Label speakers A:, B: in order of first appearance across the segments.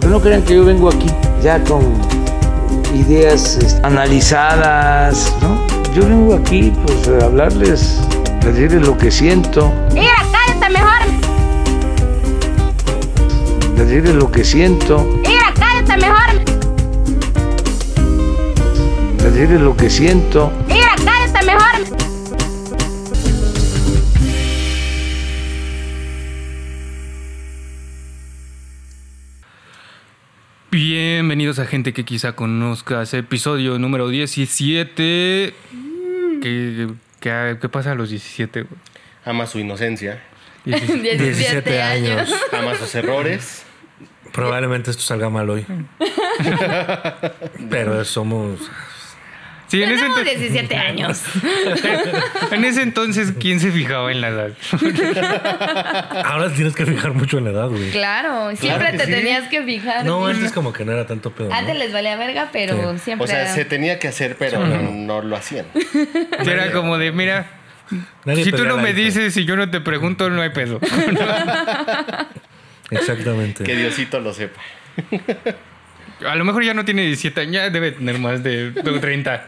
A: Pero no crean que yo vengo aquí ya con ideas este, analizadas, ¿no? Yo vengo aquí pues a hablarles, a decirles lo que siento,
B: Mira, cállate mejor.
A: a decirles lo que siento,
B: Mira, cállate mejor.
A: a decirles lo que siento.
B: Mira, cállate mejor.
C: Bienvenidos a gente que quizá conozcas, episodio número 17. ¿Qué, qué, qué pasa a los 17? güey?
D: Ama su inocencia,
C: 17.
E: 17 años.
D: ama sus errores.
E: Probablemente esto salga mal hoy. Pero somos.
C: Sí, en ese,
F: Tenemos
C: ento-
F: 17 años.
C: en ese entonces, ¿quién se fijaba en la edad?
E: Ahora tienes que fijar mucho en la edad, güey.
F: Claro, siempre
D: que
F: te
D: sí.
F: tenías que fijar.
E: No,
F: Sí.
E: antes como que no era tanto pedo. ¿no?
F: Antes les valía verga, pero siempre.
D: O sea,
F: era-
D: se tenía que hacer, pero no lo hacían.
C: Que Era como de, mira,
E: Nadie pues".
C: si tú
E: pedía
C: no
E: la
C: me
E: info.
C: dices y yo no te pregunto, no hay pedo.
E: Exactamente.
D: Que Diosito lo sepa.
C: A lo mejor ya no tiene 17 años, ya debe tener más de 30.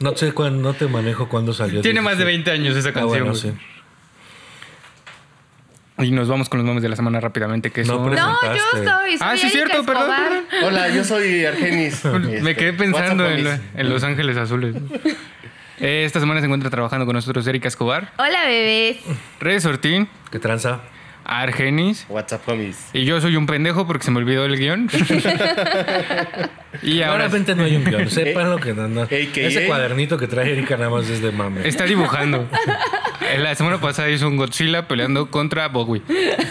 E: No sé cuándo, no te manejo cuándo salió.
C: Tiene más de
E: 20
C: 20 años esa canción.
E: Ah, bueno,
C: güey.
E: sí.
C: Y nos vamos con los memes de la semana rápidamente, que
E: No,
C: son...
E: pero-
F: No, yo
E: presentaste.
F: estoy.
C: Ah, sí, cierto, perdón, perdón.
D: Hola, yo soy Argenis.
C: Me
D: Este,
C: quedé pensando
D: what's
C: en,
D: up, homies?
C: en Los Ángeles Azules. Eh, Esta semana se encuentra trabajando con nosotros Erika Escobar,
F: Hola, bebés.
C: Reyes Ortín,
E: ¿Qué tranza?
C: Argenis.
D: What's up, homies.
C: Y yo soy un pendejo porque se me olvidó el guión. y ahora
E: Claramente no hay un guión. Sepan lo que no, no.
D: AKA.
E: Ese cuadernito que trae Erika nada más es de mame.
C: está dibujando. Eh, La semana pasada hizo un Godzilla peleando contra Bowie.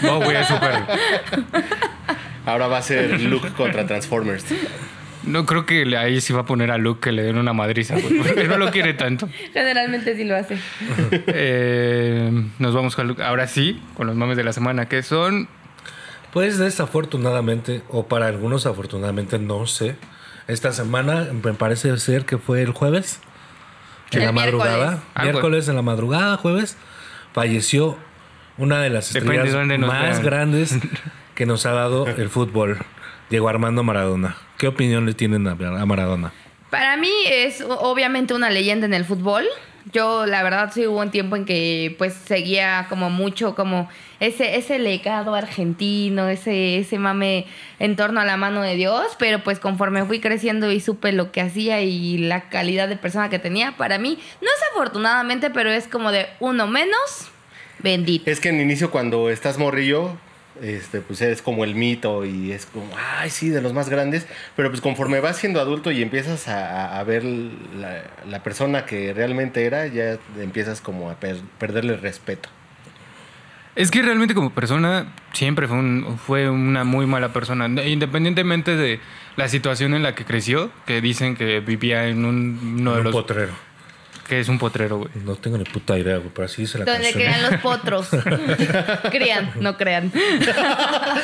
C: Bowie es su perro.
D: Ahora va a ser Luke contra Transformers.
C: No creo que le- ahí sí va a poner a Luke que le den una madriza, güey, porque no lo quiere tanto.
F: Generalmente sí lo hace.
C: Eh, nos vamos con Luke. ahora sí con los mames de la semana, que son
E: Pues desafortunadamente, o para algunos afortunadamente, no sé. Esta semana me parece ser que fue el jueves, en
F: El
E: la madrugada.
F: miércoles.
C: Ah,
E: Miércoles en la madrugada, jueves, falleció una de las
C: Depende
E: estrellas
C: de dónde nos
E: más
C: vean.
E: grandes que nos ha dado el fútbol, Diego Armando Maradona. ¿Qué opinión le tienen a a Maradona?
F: Para mí es o- obviamente una leyenda en el fútbol. Yo, la verdad, sí hubo un tiempo en que pues seguía como mucho como ese, ese legado argentino, ese, ese mame en torno a la mano de Dios, pero pues conforme fui creciendo y supe lo que hacía y la calidad de persona que tenía, para mí, no es afortunadamente, pero es como de uno menos, bendito.
D: Es que en inicio, cuando estás morrillo, este, pues eres como el mito y es como, ay, sí, de los más grandes. Pero pues conforme vas siendo adulto y empiezas a, a ver la, la persona que realmente era, ya empiezas como a per- perderle respeto.
C: Es que realmente como persona siempre fue, un- fue una muy mala persona, independientemente de la situación en la que creció, que dicen que vivía en un, uno de
E: Un
C: los...
E: potrero.
C: que es un potrero, güey.
E: No tengo ni puta idea, güey, pero así dice la
F: Donde
E: canción.
F: crean los potros. crean, no crean.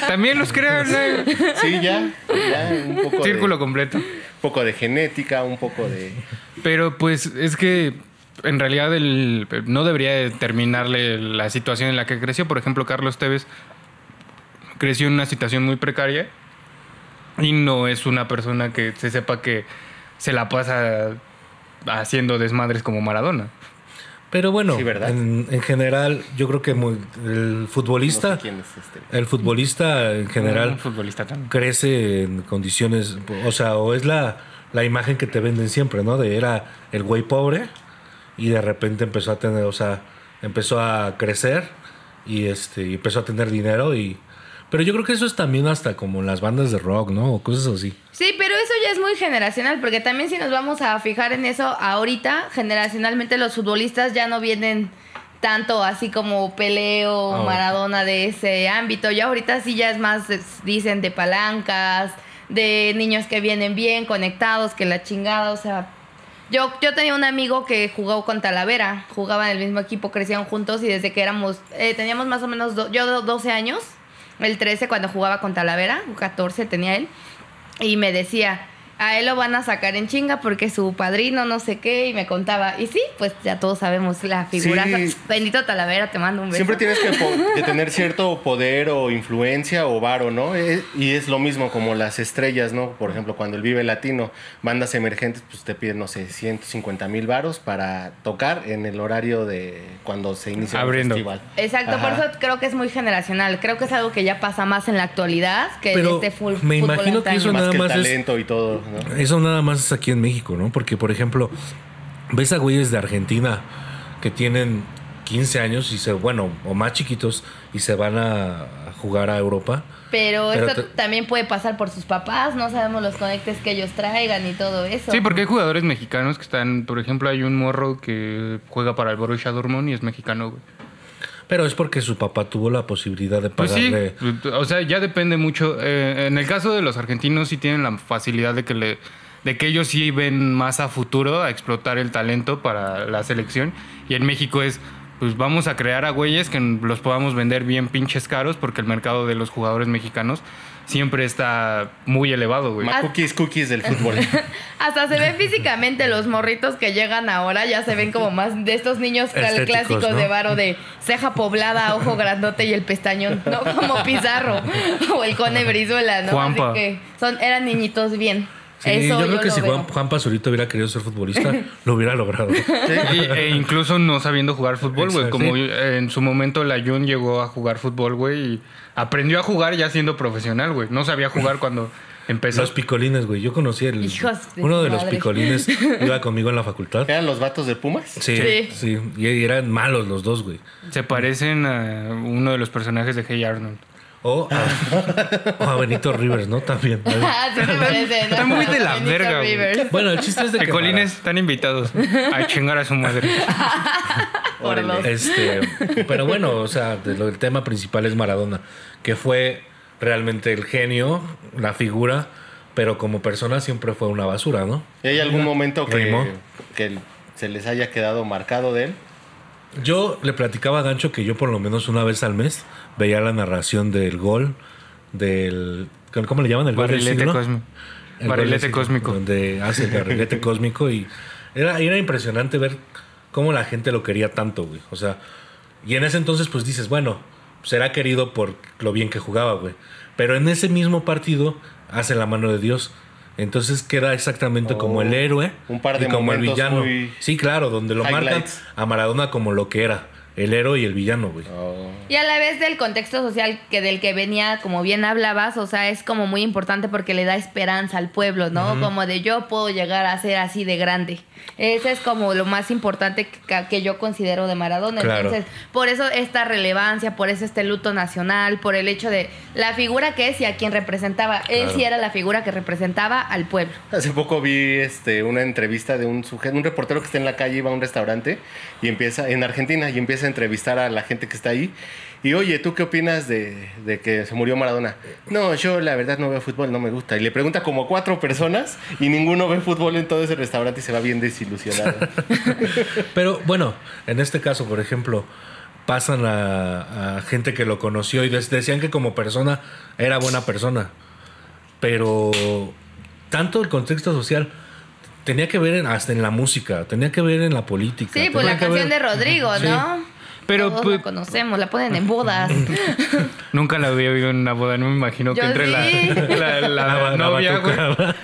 C: También los crean, güey.
D: Sí, ya, ya un poco de-
C: Círculo completo.
D: un poco de genética, un poco de...
C: Pero pues es que en realidad el, no debería determinarle la situación en la que creció. Por ejemplo, Carlos Tevez creció en una situación muy precaria y no es una persona que se sepa que se la pasa haciendo desmadres como Maradona.
E: Pero bueno,
D: Sí, ¿verdad?
E: en, en general, yo creo que muy- el futbolista.
D: No sé quién es este.
E: El futbolista en general
C: Un futbolista también.
E: crece en condiciones, o sea, o es la, la imagen que te venden siempre, ¿no? De era el güey pobre y de repente empezó a tener, o sea, empezó a crecer y este y empezó a tener dinero y pero yo creo que eso es también hasta como las bandas de rock, ¿no? O cosas así.
F: Sí, pero eso ya es muy generacional, porque también si nos vamos a fijar en eso, ahorita generacionalmente los futbolistas ya no vienen tanto así como Peleo
E: Ah,
F: o Maradona de ese ámbito. Ya ahorita sí ya es más, es- dicen, de palancas, de niños que vienen bien, conectados, que la chingada, o sea... Yo, yo tenía un amigo que jugó con Talavera, jugaba en el mismo equipo, crecían juntos y desde que éramos, eh, teníamos más o menos, do- yo do- 12 años, el 13 cuando jugaba con Talavera, 14 tenía él, y me decía, a él lo van a sacar en chinga porque su padrino no sé qué y me contaba. Y sí, pues ya todos sabemos la figura.
D: Sí.
F: Bendito Talavera, te mando un beso.
D: Siempre tienes que, po- que tener cierto poder o influencia o varo, ¿no? Eh, y es lo mismo como las estrellas, ¿no? Por ejemplo, cuando el Vive Latino, bandas emergentes, pues te piden, no sé, 150 mil varos para tocar en el horario de cuando se inicia
C: Abriendo.
D: el festival.
F: Exacto, por
D: Ajá.
F: eso creo que es muy generacional. Creo que es algo que ya pasa más en la actualidad que
E: Pero
F: este full.
E: me
F: fútbol
E: imagino que
F: antaño.
E: eso
D: Más
E: Nada
D: que el
E: más es-
D: talento y todo, ¿no?
E: Eso nada más es aquí en México, ¿no? Porque, por ejemplo, ves a güeyes de Argentina que tienen 15 años y se, bueno, o más chiquitos y se van a a jugar a Europa.
F: Pero,
E: Pero
F: esto
E: te-
F: también puede pasar por sus papás, no sabemos los conectes que ellos traigan y todo eso.
C: Sí, porque hay jugadores mexicanos que están, por ejemplo, hay un morro que juega para el Borussia Dortmund y es mexicano, güey.
E: Pero es porque su papá tuvo la posibilidad de
C: Pues sí,
E: pagarle.
C: o sea, ya depende mucho. Eh, en el caso de los argentinos sí tienen la facilidad de que le de que ellos sí ven más a futuro a explotar el talento para la selección y en México es pues vamos a crear a güeyes que los podamos vender bien pinches caros porque el mercado de los jugadores mexicanos siempre está muy elevado, güey.
D: Macuquis, cookies del fútbol.
F: Hasta se ven físicamente los morritos que llegan ahora, ya se ven como más de estos niños cl-
E: Estéticos,
F: clásicos
E: ¿no?
F: de varo de ceja poblada, ojo grandote y el pestañón, no como Pizarro o el Cone Brizuela, ¿no?
C: Juanpa.
F: Así que son, eran niñitos bien.
E: Sí,
F: Eso
E: yo creo que
F: lo
E: si Juan,
F: veo.
E: Juan Pazurito hubiera querido ser futbolista, lo hubiera logrado.
C: Y- e incluso no sabiendo jugar fútbol, güey.
E: Exacto.
C: Como eh, en su momento la Jun llegó a jugar fútbol, güey, y aprendió a jugar ya siendo profesional, güey. No sabía jugar cuando empezó.
E: Los picolines, güey. Yo conocí el,
F: Hijos de
E: uno
F: su
E: de los
F: madre.
E: picolines iba conmigo en la facultad.
D: ¿Eran los vatos de Pumas?
E: Sí, sí,
F: Sí.
E: Y eran malos los dos, güey.
C: Se parecen a uno de los personajes de Hey Arnold.
E: O a, o a Benito Rivers, ¿no? También.
F: Ah, sí se parecen, ¿no?
C: Está muy de la
F: Benito
C: verga, güey.
F: Rivers.
E: Bueno, el chiste es de que
C: Picolines están invitados a chingar a su madre.
F: Por
D: Órale.
F: dos.
E: Este, pero bueno, o sea, de lo- el tema principal es Maradona, que fue realmente el genio, la figura, pero como persona siempre fue una basura, ¿no?
D: ¿Y hay algún momento
E: Rimó.
D: que, que se les haya quedado marcado de él?
E: Yo le platicaba a Gancho que yo por lo menos una vez al mes veía la narración del gol del ¿cómo le llaman? El gol del
C: Barrilete
E: siglo.
C: cósmico.
E: El gol
C: Barrilete
E: del siglo,
C: cósmico.
E: Donde hace el barrilete cósmico y era, era impresionante ver cómo la gente lo quería tanto, güey. O sea, y en ese entonces pues dices, bueno, será querido por lo bien que jugaba, güey. Pero en ese mismo partido hace la mano de Dios. Entonces queda exactamente como el héroe
D: Oh, Un par de
E: y como el
D: momentos
E: villano.
D: muy-
E: Sí, claro, donde lo marcan
D: Highlights.
E: a Maradona como lo que era, el héroe y el villano, güey.
C: Oh.
F: Y a la vez del contexto social que del que venía, como bien hablabas, o sea, es como muy importante porque le da esperanza al pueblo, ¿no? Como de yo puedo llegar a ser así de grande. Ese es como lo más importante que, que yo considero de Maradona.
E: Claro.
F: Entonces, por eso esta relevancia, por eso este luto nacional, por el hecho de la figura que es y a quien representaba. Él sí era la figura que representaba al pueblo.
D: Hace poco vi este, una entrevista de un sujeto, un reportero que está en la calle, iba a un restaurante y empieza, en Argentina, y empieza a entrevistar a la gente que está ahí. Y oye, ¿tú qué opinas de, de que se murió Maradona? No, yo la verdad no veo fútbol, no me gusta. Y le pregunta como a cuatro personas y ninguno ve fútbol en todo ese restaurante y se va bien desilusionado.
E: Pero bueno, en este caso, por ejemplo, pasan a, a gente que lo conoció y des- decían que como persona era buena persona. Pero tanto el contexto social tenía que ver en- hasta en la música, tenía que ver en la política.
F: Sí, pues
E: tenía
F: la
E: que
F: canción de
E: ver-
F: Rodrigo,
E: Sí.
F: ¿no?
C: Pero,
F: Todos
C: pues-
F: la conocemos, la ponen en bodas.
C: Nunca la había oído en una boda, no me imagino que
F: Yo
C: entre la,
F: sí.
C: la, la,
E: La- la
C: novia, güey.
E: batucada.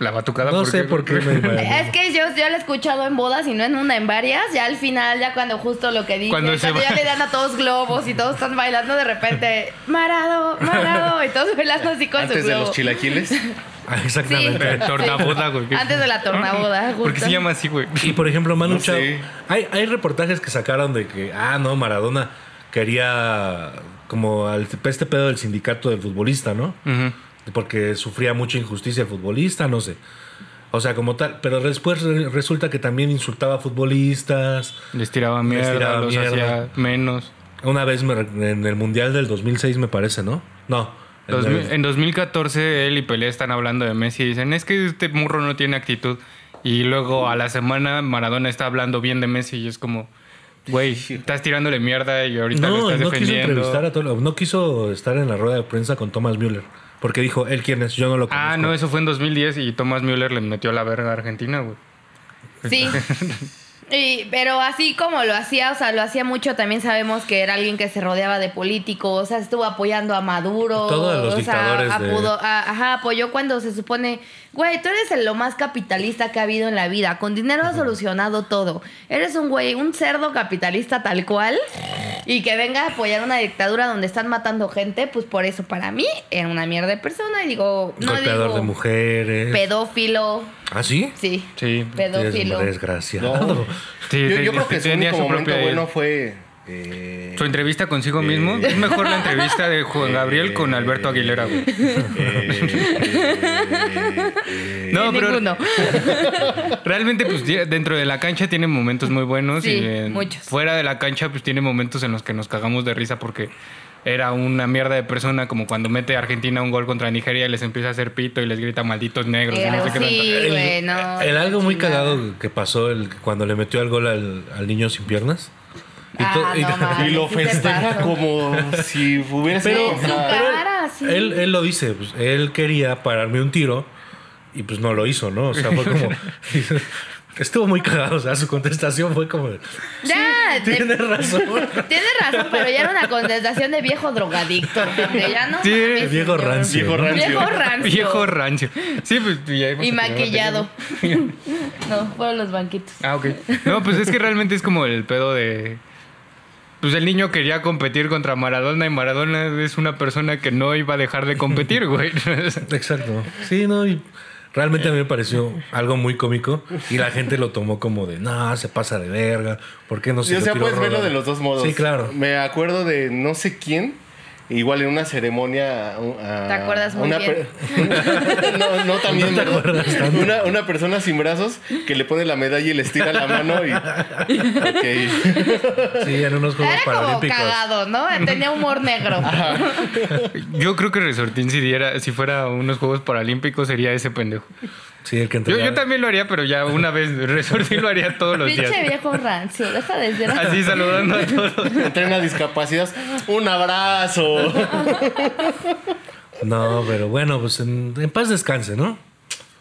C: La batucada.
E: No sé por qué me...
F: Es que yo, yo la he escuchado en bodas y no en una, en varias. Ya al final, ya cuando justo lo que dije,
C: Cuando
F: cuando,
C: se va-
F: ya le dan a todos globos y todos están bailando de repente, marado, marado, y todos bailando así con
D: Antes
F: su
D: de
F: globo.
D: los chilaquiles.
E: Ah,
F: Sí.
E: Exactamente.
C: Tornaboda, güey.
F: Antes de la tornaboda, justo.
C: ¿Por qué se llama así, güey?
E: Y por ejemplo, Manu
D: No
E: Chao.
D: sé.
E: Hay, hay reportajes que sacaron de que, ah, no, Maradona quería como al este pedo del sindicato del futbolista, ¿no?
C: Ujú.
E: Porque sufría mucha injusticia el futbolista, no sé. O sea, como tal. Pero después re- resulta que también insultaba a futbolistas.
C: Les tiraba
E: Les
C: mierda,
E: tiraba
C: los
E: mierda.
C: hacía menos.
E: Una vez me re- en el Mundial del 2006, me parece, ¿no? No. en
C: Dos
E: el-
C: mil- en 2014 él y Pelé están hablando de Messi y dicen, es que este murro no tiene actitud. Y luego a la semana Maradona está hablando bien de Messi y es como, güey, estás tirándole mierda y ahorita lo
E: no,
C: estás
E: no quiso
C: defendiendo.
E: entrevistar a todo, no quiso estar en la rueda de prensa con Thomas Müller. Porque dijo, él quién es, yo no lo conozco.
C: Ah, no, eso fue en 2010 y Thomas Müller le metió la verga a Argentina, güey.
F: Sí. Y- pero así como lo hacía, o sea, lo hacía mucho, también sabemos que era alguien que se rodeaba de políticos, o sea, estuvo apoyando a Maduro.
E: Todos los
F: o sea,
E: dictadores de-
F: apudo- a- ajá, apoyó cuando se supone, güey, tú eres el lo más capitalista que ha habido en la vida, con dinero has solucionado todo. Eres un güey, un cerdo capitalista tal cual, y que venga a apoyar una dictadura donde están matando gente, pues por eso para mí era una mierda de persona, y digo, no
E: Golpeador
F: digo
E: de mujeres.
F: pedófilo,
E: ¿Ah, sí?
F: sí,
C: Sí.
F: pedófilo.
E: Eres desgraciado.
D: No.
C: Sí, sí,
D: yo, yo
C: sí,
D: creo que su
C: tenía
D: único
C: su
D: momento
C: propia-
D: bueno fue. eh,
C: Su entrevista consigo
D: Eh.
C: mismo. Es mejor la entrevista de Juan
D: eh,
C: Gabriel con Alberto Aguilera, güey.
D: eh, eh, eh,
C: No, pero
F: Ninguno.
C: realmente, pues di- dentro de la cancha tiene momentos muy buenos.
F: Sí,
C: y eh,
F: muchos.
C: Fuera de la cancha, pues tiene momentos en los que nos cagamos de risa porque era una mierda de persona, como cuando mete a Argentina un gol contra Nigeria y les empieza a hacer pito y les grita malditos negros. y no sé qué
F: Negros,
C: tanto.
F: sí.
E: El,
F: güey, no,
E: el algo muy
F: chingada.
E: cagado que pasó el, cuando le metió el gol al, al niño sin piernas. to-
F: Ah, no mames.
D: Y lo
F: sí te
D: festeja
F: paso.
D: como si hubiera sido.
E: Pero-
F: Su cara, sí.
E: Él, él lo dice, pues, él quería pararme un tiro y pues no lo hizo, ¿no? O sea, fue como... estuvo muy cagado, o sea, su contestación fue como... de,
F: ya, te-
E: Tienes razón.
F: tienes razón, pero ya era una contestación de viejo drogadicto. donde ya no
C: Sí,
F: mames,
E: viejo
F: señor.
E: rancio.
D: Viejo
E: ¿no?
D: rancio.
F: Viejo rancio.
C: Viejo rancho. Sí, pues ya hemos
F: y
C: tenido la
F: maquillado.
C: tele.
F: no, fueron los banquitos.
C: Ah, ok. No, pues es que realmente es como el pedo de. Pues el niño quería competir contra Maradona y Maradona es una persona que no iba a dejar de competir, güey.
E: Exacto. Sí, no, y realmente a mí me pareció algo muy cómico y la gente lo tomó como de, no, se pasa de verga, ¿por qué no
D: o
E: se le
D: sea,
E: tiró
D: puedes verlo
E: rola?"
D: de los dos modos.
E: Sí, claro.
D: Me acuerdo de no sé quién. Igual en una ceremonia. a-
F: ¿Te acuerdas muy
D: una
F: bien?
D: per- no, no también.
E: No te acuerdas tanto.
D: Una, una persona sin brazos que le pone la medalla y le estira la mano y. Ok.
E: Sí, en unos Juegos
F: Era como
E: Paralímpicos.
F: cagado, ¿no? Tenía humor negro.
C: Yo creo que Resortín, si, diera, si fuera unos Juegos Paralímpicos, sería ese pendejo.
E: Sí, el que
C: Yo,
E: entregaba-
C: yo también lo haría, pero ya una vez. Resortín lo haría todos los días.
F: Pinche viejo rancio. Deja de ser
C: Así saludando a todos.
D: Entrena discapacidad. Un abrazo.
E: No, pero bueno, pues en, en paz descanse, ¿no?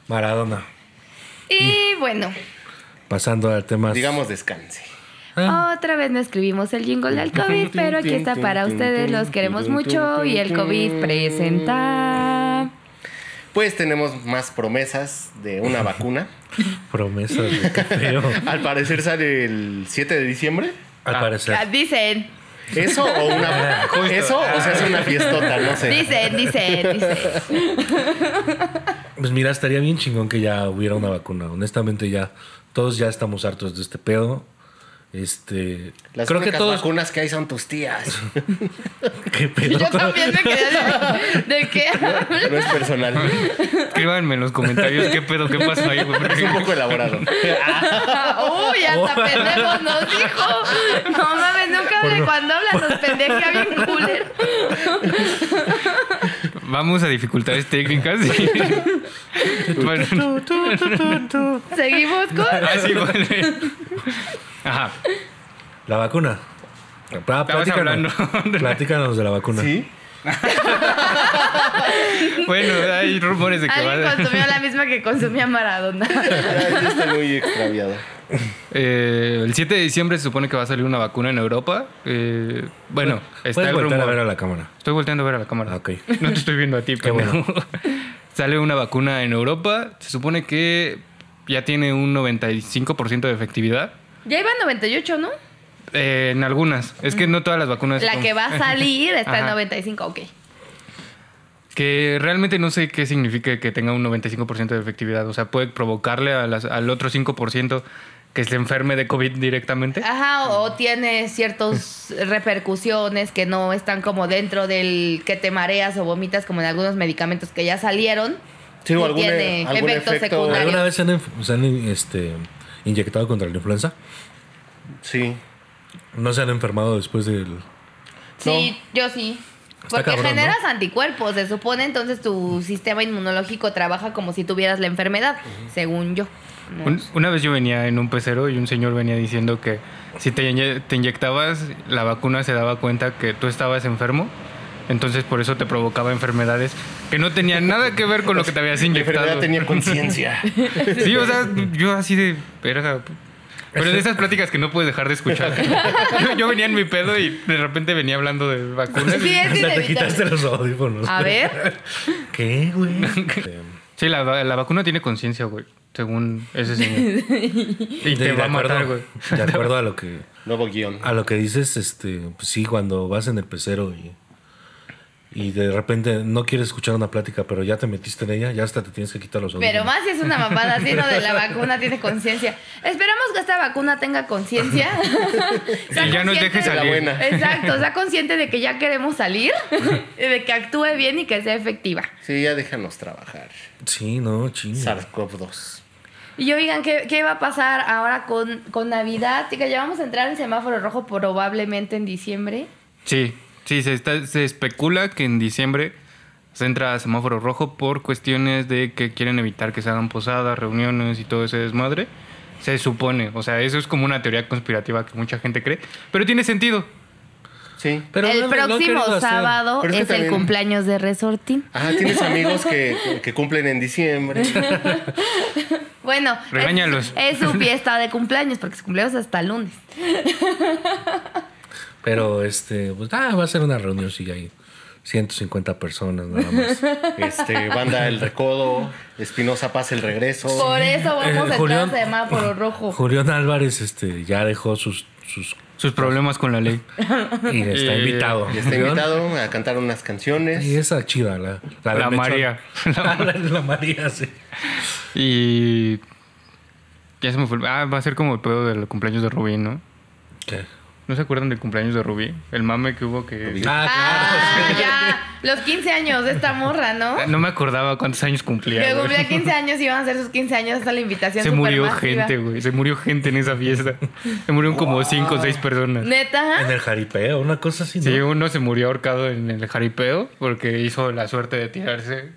E: Maradona.
F: Y bueno,
E: Pasando al tema.
D: Digamos descanse.
F: Otra vez no escribimos el jingle del COVID, pero aquí está para ustedes. Los queremos mucho y el COVID presenta.
D: Pues tenemos más promesas de una vacuna.
E: Promesa de qué feo.
D: Al parecer sale el 7 de diciembre.
E: Al parecer.
F: Ah, Dicen,
D: ¿Eso o una eso o se hace una fiestota? No sé.
F: dicen, dicen, dicen.
E: Pues mira, estaría bien chingón que ya hubiera una vacuna. Honestamente, ya. Todos ya estamos hartos de este pedo. Este.
D: Las
E: creo que
D: únicas
E: todos.
D: vacunas que hay son tus tías.
E: ¿Qué pedo?
F: Yo también me quedé de, de qué habla?
D: No es personal.
C: Escríbanme en los comentarios qué pedo, qué pasó ahí, güey.
D: Es un poco elaborado.
F: Uy, hasta pendejos nos dijo. No mames, nunca hablé cuando hablan nos pendeja bien cooler.
C: Vamos a dificultades técnicas. sí. Bueno,
F: Seguimos con.
C: así, güey. Ajá.
E: La vacuna. Pla-
C: Estabas
E: Platícanos,
C: hablando.
E: platícanos de la vacuna.
D: ¿Sí?
C: Bueno, hay rumores de que va
F: Alguien consumió la misma que consumía Maradona.
D: Ya, yo estoy muy extraviado.
C: Eh, el 7 de diciembre se supone que va a salir una vacuna en Europa. Eh, bueno, está
E: Puedes
C: el
E: volver a
C: rumor.
E: ver a la cámara.
C: Estoy volteando a ver a la cámara.
E: Ah, ok.
C: No te estoy viendo a ti,
E: Qué
C: pero
E: bueno.
C: sale una vacuna en Europa. Se supone que ya tiene un 95% de efectividad.
F: Ya iba 98, ¿no?
C: Eh, en algunas. Es que no todas las vacunas.
F: La
C: son-
F: que va a salir está en
C: Ajá.
F: 95, ok.
C: Que realmente no sé qué significa que tenga un 95% de efectividad. O sea, puede provocarle a las- al otro 5% que se enferme de COVID directamente.
F: Ajá, o, o tiene ciertas repercusiones que no están como dentro del que te mareas o vomitas, como en algunos medicamentos que ya salieron.
D: Sí, o
F: Y
D: algún, e-,
F: tiene
D: algún
F: efectos
D: efecto.
F: secundarios.
E: ¿Alguna vez se han, inf- se han, este, inyectado contra la influenza?
D: Sí.
E: ¿No se han enfermado después del.?
F: Sí, yo sí.
E: Está
F: Porque
E: cabrón,
F: generas
E: ¿no?
F: anticuerpos, se supone, entonces tu sistema inmunológico trabaja como si tuvieras la enfermedad, según yo. No.
C: Un- una vez yo venía en un pecero y un señor venía diciendo que si te, inye- te inyectabas, la vacuna se daba cuenta que tú estabas enfermo Entonces por eso te provocaba enfermedades que no tenían nada que ver con lo que te habías
D: La
C: inyectado.
D: enfermedad tenía conciencia.
C: Sí, o sea, yo así de verga. Pero de esas pláticas que no puedes dejar de escuchar. Yo, yo venía en mi pedo y de repente venía hablando de vacunas.
F: Sí, es
E: Hasta te
F: inevitable.
E: quitaste los audífonos.
F: A ver,
E: ¿Qué, güey?
C: Sí, la, va- la vacuna tiene conciencia, güey. Según ese señor. Y te
E: De- de
C: va a matar,
E: acuerdo-
C: güey.
E: De acuerdo a lo que
D: Nuevo guión.
E: a lo que dices, este, pues sí, cuando vas en el pecero y, y de repente no quieres escuchar una plática, pero ya te metiste en ella, ya hasta te tienes que quitar los audífonos.
F: pero más si es una mamada así, lo de la vacuna tiene conciencia. Esperamos que esta vacuna tenga conciencia. Sea
C: Y ya nos
F: consciente
C: deje
F: de-
C: salir.
D: La buena.
F: Exacto, sea consciente de que ya queremos salir, de que actúe bien y que sea efectiva.
D: Sí, ya déjanos trabajar.
E: Sí, no, chinga.
D: SARS-CoV-2.
F: Y oigan, ¿qué, qué va a pasar ahora con, con Navidad? Que ya vamos a entrar en semáforo rojo probablemente en diciembre.
C: Sí, sí, se, está- se especula que en diciembre se entra a semáforo rojo por cuestiones de que quieren evitar que se hagan posadas, reuniones y todo ese desmadre. Se supone, o sea, eso es como una teoría conspirativa que mucha gente cree, pero tiene sentido.
D: Sí.
E: Pero
F: el
E: no- no
F: próximo
E: quiero gastar.
F: sábado
D: Pero
F: es,
D: es que
F: el
D: también-
F: cumpleaños de Resortín.
D: Ah, tienes amigos que, que cumplen en diciembre.
F: Bueno, es-
C: Regáñalos.
F: Es, su fiesta de cumpleaños porque su cumpleaños es hasta el lunes.
E: Pero este, pues ah, va a ser una reunión, sí, hay 150 personas nada más.
D: Este, banda El Recodo, Espinosa Paz El Regreso.
F: Por eso vamos
E: Eh,
F: a
E: Julián-
F: entrar a semáforo rojo.
E: Julián Álvarez este, ya dejó sus, sus
C: Sus problemas con la ley.
E: y está
C: Eh,
E: invitado.
D: Y está invitado a cantar unas canciones.
E: Y esa chida, la, la, del
C: La
E: mechón.
C: María.
E: La, la María, sí.
C: Y. Ya se me fue. Ah, va a ser como el pedo del cumpleaños de Rubí, ¿no?
E: ¿Qué?
C: ¿No se acuerdan del cumpleaños de Rubí? El mame que hubo que.
E: Ah,
F: Ah, ya. Los 15 años de esta morra, ¿no?
C: Ah, No me acordaba cuántos años cumplía.
F: Que
C: güey.
F: cumplía 15 años y iban a hacer sus 15 años hasta la invitación.
C: Se murió
F: supermasiva.
C: gente, güey. Se murió gente en esa fiesta. Se murieron como cinco o seis personas.
E: claro. En
F: Neta.
E: el jaripeo, una cosa así, ¿no?
C: Sí, uno se murió ahorcado en el jaripeo porque hizo la suerte de tirarse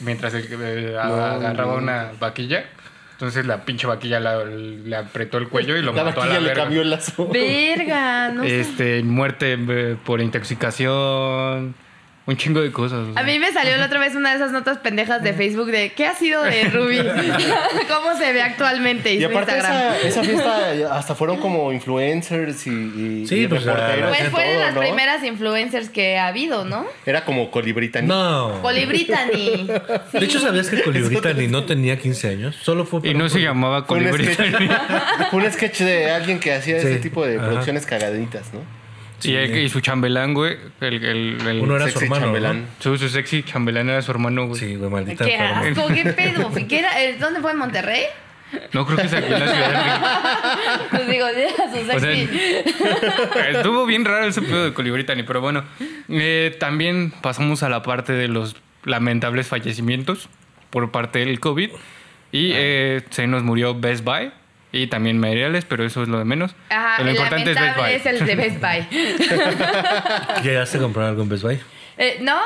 C: mientras el- eh, agarraba una vaquilla. Entonces la pinche vaquilla la- le apretó el cuello y lo
D: La
C: mató a
D: vaquilla
C: la
D: le
C: verga.
D: cambió el lazo.
F: Verga, no sé.
C: este, muerte eh, por intoxicación, un chingo de cosas. o sea.
F: A mí me salió la otra vez una de esas notas pendejas de Facebook de ¿qué ha sido de Ruby? ¿Cómo se ve actualmente? Y,
D: Y
F: su
D: aparte
F: Instagram.
D: esa, esa fiesta hasta fueron como influencers y, y-
E: Sí,
D: y
E: pues,
D: reporteros.
E: la-
D: y
F: Pues fue de
D: todo,
F: las
D: ¿no?
F: primeras influencers que ha habido, ¿no?
D: Era como colibrita.
E: No.
F: Colibritani.
E: De hecho, ¿sabías que Colibrita ni no tenía 15 años? Solo fue
C: Y no se llamaba
D: Fue un
C: colibrí.
D: sketch- fue un sketch de alguien que hacía
E: Sí,
D: ese tipo de
E: ajá.
D: producciones cagaditas, ¿no?
C: y, el- y su chambelán, güey. El, el- el-
E: Uno era su
D: Sexy
E: hermano,
D: chambelán.
C: su, su sexy chambelán era su hermano,
E: ¿no?
C: güey.
E: Sí, güey, maldita
F: Qué
E: enferma.
F: asco, qué pedo. ¿Qué era? Eh, ¿Dónde fue en Monterrey?
C: No creo que sea aquí en la ciudad.
F: Pues digo, era su
C: O sea,
F: sexy.
C: estuvo bien raro ese pedo de Colibritani, pero bueno. Eh, también pasamos a la parte de los lamentables fallecimientos por parte del COVID.
D: Ah.
C: Y eh, se nos murió Best Buy y también Materiales, pero eso es lo de menos.
F: Ajá,
C: Pero lo
F: el
C: importante es Best Buy.
F: lamentable es, el de Best Buy.
E: ¿Llegaste a comprar algo en Best Buy?
F: Eh, ¿No?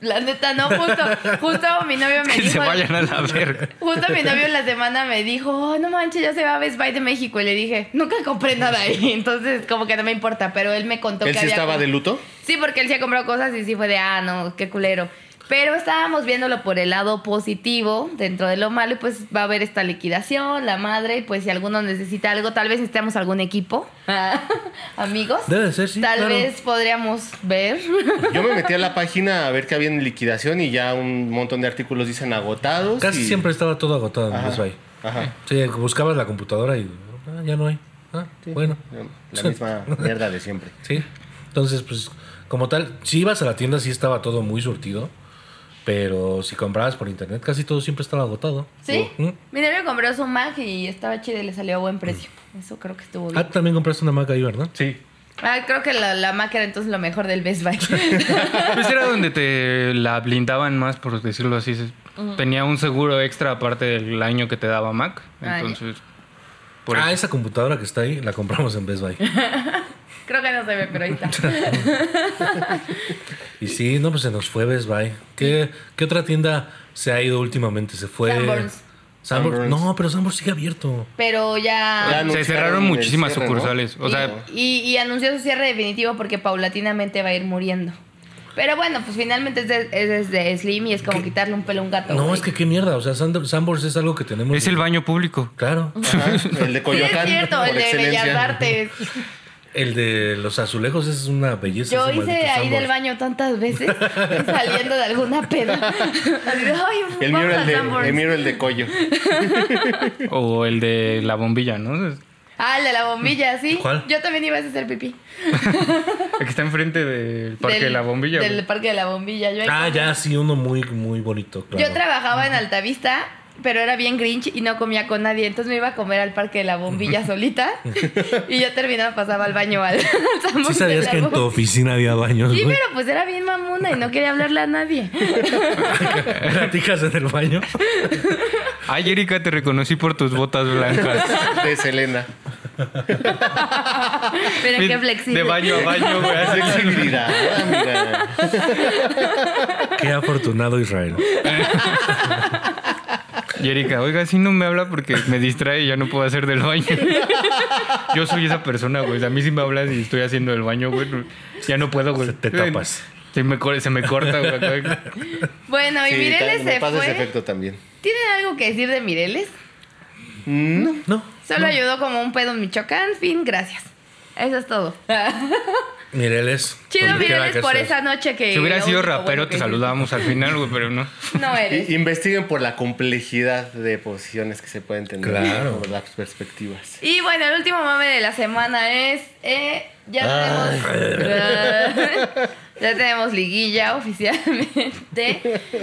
F: La neta, no, justo, justo mi novio me
C: que
F: dijo.
C: se vayan a la verga.
F: Justo mi novio en la semana me dijo, "Oh, no manches, ya se va a Best Buy de México. Y le dije, nunca compré nada ahí. Entonces, como que no me importa. Pero él me contó
D: Él
F: que
D: sí
F: había.
D: estaba
F: com-
D: de luto.
F: Sí, porque él sí ha comprado cosas y sí fue de, ah, no, qué culero. Pero estábamos viéndolo por el lado positivo, dentro de lo malo, y pues va a haber esta liquidación, la madre, y pues si alguno necesita algo, tal vez necesitamos algún equipo, amigos.
E: Debe ser, sí,
F: Tal
E: claro.
F: vez podríamos ver.
D: Yo me metí a la página a ver qué había en liquidación y ya un montón de artículos dicen agotados.
E: Casi
D: y-
E: siempre estaba todo agotado en
D: Ajá,
E: Best Buy.
D: Ajá.
E: Sí, buscabas la computadora y ah, ya no hay. Ah, bueno.
D: La misma mierda de siempre.
E: Sí. Entonces, pues, como tal, si ibas a la tienda sí estaba todo muy surtido, pero si comprabas por internet casi todo siempre estaba agotado.
F: ¿Sí?
E: ¿Mm?
F: Mi novio compró su Mac y estaba chido y le salió a buen precio. Eso creo que estuvo bien.
E: Ah, tú también compraste una Mac ahí, ¿verdad?
C: Sí.
F: Ah, creo que la, la Mac era entonces lo mejor del Best Buy.
C: Pues era donde te la blindaban más, por decirlo así. Se- Tenía un seguro extra aparte del año que te daba Mac.
F: Ah, ya.
C: Entonces, por
E: ah,
C: eso.
E: esa computadora que está ahí la compramos en Best Buy.
F: creo que no se ve, pero ahí está.
E: y sí, no, pues se nos fue Best Buy. ¿Qué, qué otra tienda se ha ido últimamente? Se fue.
F: Sanborns.
E: Sanborns.
D: Sanborns.
E: No, pero Sanborns sigue abierto.
F: Pero ya...
D: Ya
C: se
D: anunciaron
C: cerraron
D: el
C: muchísimas
D: cierre, ¿no?
C: sucursales. O sea,
F: y, y- y anunció su cierre definitivo porque paulatinamente va a ir muriendo. Pero bueno, pues finalmente es, de- es desde Slim y es como quitarle un pelo a un gato.
E: No,
F: Ah, güey.
E: es que qué mierda. O sea, Sand- Sanborns es algo que tenemos.
C: Es el baño público.
E: Claro.
D: Ajá, el de
F: Sí,
D: Coyoacán.
F: es cierto,
D: por
F: el de
D: excelencia.
F: Bellas Artes.
E: El de los azulejos es una belleza.
F: Yo
E: ese
F: hice
E: maldito
F: ahí del
E: Sanborns.
F: baño tantas veces saliendo de alguna peda. Así de, "Ay,
D: El mío
F: vamos
D: era
F: a
D: el de,
F: Sanborns".
D: el mío era el de Coyo.
C: O el de la bombilla, ¿no? Es-
F: Ah, el de la bombilla, sí.
E: ¿Cuál?
F: Yo también iba a hacer pipí.
C: El que está enfrente del parque de la bombilla.
F: Del
C: güey.
F: parque de la bombilla. Yo, ahí-
E: Ah, ya, sí, uno muy, muy bonito. Claro.
F: yo trabajaba en Altavista, pero era bien grinch y no comía con nadie. Entonces me iba a comer al parque de la bombilla solita. y yo terminaba, pasaba al baño al, al Sanborns
E: Sí
F: de
E: sabías
F: la
E: que en tu
F: bombilla.
E: oficina había baños,
F: Sí,
E: güey.
F: pero pues era bien mamona y no quería hablarle a nadie.
E: Platicas en el baño.
C: Ay, Erika, te reconocí por tus botas blancas.
D: De Selena.
F: Pero qué flexible.
C: De baño a baño, güey.
D: Qué
C: Pues así.
D: flexibilidad, amiga.
E: Qué afortunado Israel.
C: Y Erika, oiga, si no me habla porque me distrae y ya no puedo hacer del baño. Yo soy esa persona, güey. A mí si me hablas y estoy haciendo el baño, güey, ya no puedo, güey.
E: Se te tapas.
C: Se me, cor- se me corta, güey.
F: Bueno, y
D: Sí,
F: Mireles
D: tal- me
F: se
D: pasa ese
F: fue.
D: efecto también.
F: ¿Tienen algo que decir de Mireles?
E: No,
F: Solo ayudó como un pedo en Michoacán. Fin, gracias. Eso es todo.
E: Mireles.
F: Chido
E: donde quiera
F: Mireles
E: que
F: por
E: estés.
F: esa noche que...
C: Si hubiera
F: lo
C: sido
F: único
C: rapero,
F: bueno
C: te
F: que-
C: saludábamos al final, güey, pero no.
F: No eres.
D: I- investiguen por la complejidad de posiciones que se pueden tener.
E: Claro.
D: Por las perspectivas.
F: Y bueno, el último mame de la semana es... eh, ya tenemos... ya tenemos liguilla oficialmente.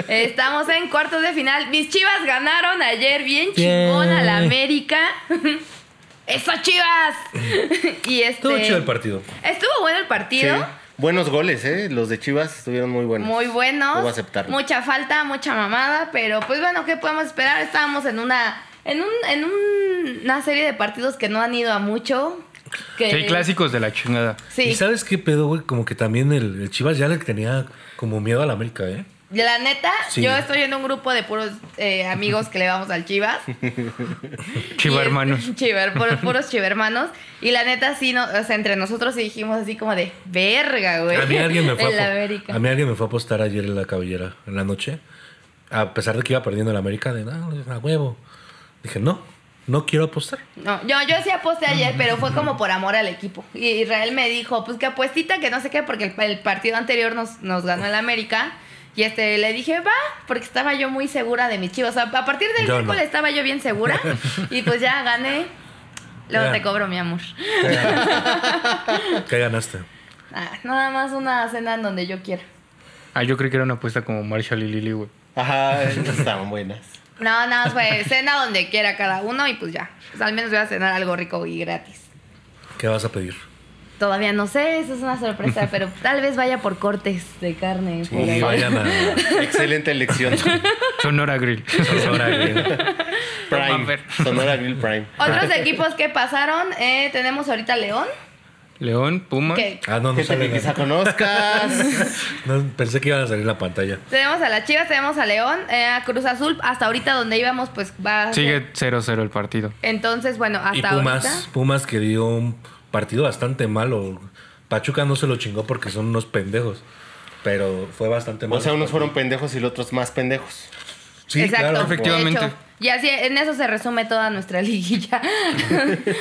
F: Estamos en cuartos de final. Mis chivas ganaron ayer bien chingón a la
E: Bien.
F: América. ¡Eso chivas! y este...
E: Estuvo chido el partido.
F: Estuvo bueno el partido.
D: Sí. Buenos goles, ¿eh? Los de Chivas estuvieron muy buenos.
F: Muy buenos.
D: Debo aceptarlo.
F: Mucha falta, mucha mamada, pero pues bueno, ¿qué podemos esperar? Estábamos en una en un en un- una serie de partidos que no han ido a mucho. Que,
C: Sí, hay clásicos de la chingada.
F: Sí,
E: ¿Y sabes qué pedo, güey? Como que también el, el Chivas ya le tenía como miedo a la América, ¿eh?
F: la neta,
E: Sí.
F: yo estoy en un grupo de puros eh, amigos que le vamos al Chivas.
C: Chiva,
F: Y es-
C: hermanos.
F: Chiver, puros, puros chivermanos. Y la neta, sí, no, o sea, entre nosotros sí dijimos así como de verga, güey.
E: A mí alguien me fue
F: En la
E: a, po-
F: América.
E: a mí alguien me fue a apostar ayer en la cabellera, en la noche. A pesar de que iba perdiendo la América, de "Ah, a huevo. Dije, no, no quiero apostar.
F: No, yo, yo sí aposté ayer, pero fue como por amor al equipo. Y Israel me dijo, pues que apuestita, que no sé qué, porque el, el partido anterior nos, nos ganó el América. Y este, le dije, va, porque estaba yo muy segura de mis chivos. O sea, a partir del
E: Yo no.
F: miércoles estaba yo bien segura. y pues ya gané. Luego
E: Ya.
F: te cobro, mi amor.
E: ¿Qué ganaste?
F: Ah, nada más una cena en donde yo quiera.
C: Ah, yo creí que era una apuesta como Marshall y Lily, güey.
D: Ajá, esas estaban buenas.
F: No, nada más fue cena donde quiera cada uno y pues ya. Pues al menos voy a cenar algo rico y gratis.
E: ¿Qué vas a pedir?
F: Todavía no sé, eso es una sorpresa, pero tal vez vaya por cortes de carne. por ahí.
E: Y vayan a...
D: Excelente elección.
C: Sonora Grill.
E: Sonora Grill.
D: Prime.
C: Pamper.
D: Sonora Grill Prime.
F: Otros equipos que pasaron, eh, tenemos ahorita León,
C: León, Puma.
F: que
E: Ah, no, no
D: Gente
E: sale
D: que quizá
E: nada.
D: conozcas.
E: No, pensé que iban a salir en la pantalla.
F: tenemos a las Chivas, tenemos a León, eh, a Cruz Azul, hasta ahorita donde íbamos, pues va. a ser-
C: Sigue 0-0 el partido.
F: Entonces, bueno, hasta
E: Y Pumas,
F: ahorita.
E: Pumas que dio un partido bastante malo. Pachuca no se lo chingó porque son unos pendejos. Pero fue bastante malo.
D: O sea, unos fueron pendejos y los otros más pendejos.
E: Sí, claro.
C: Perfecto. efectivamente.
F: de hecho. y así en eso se resume toda nuestra liguilla.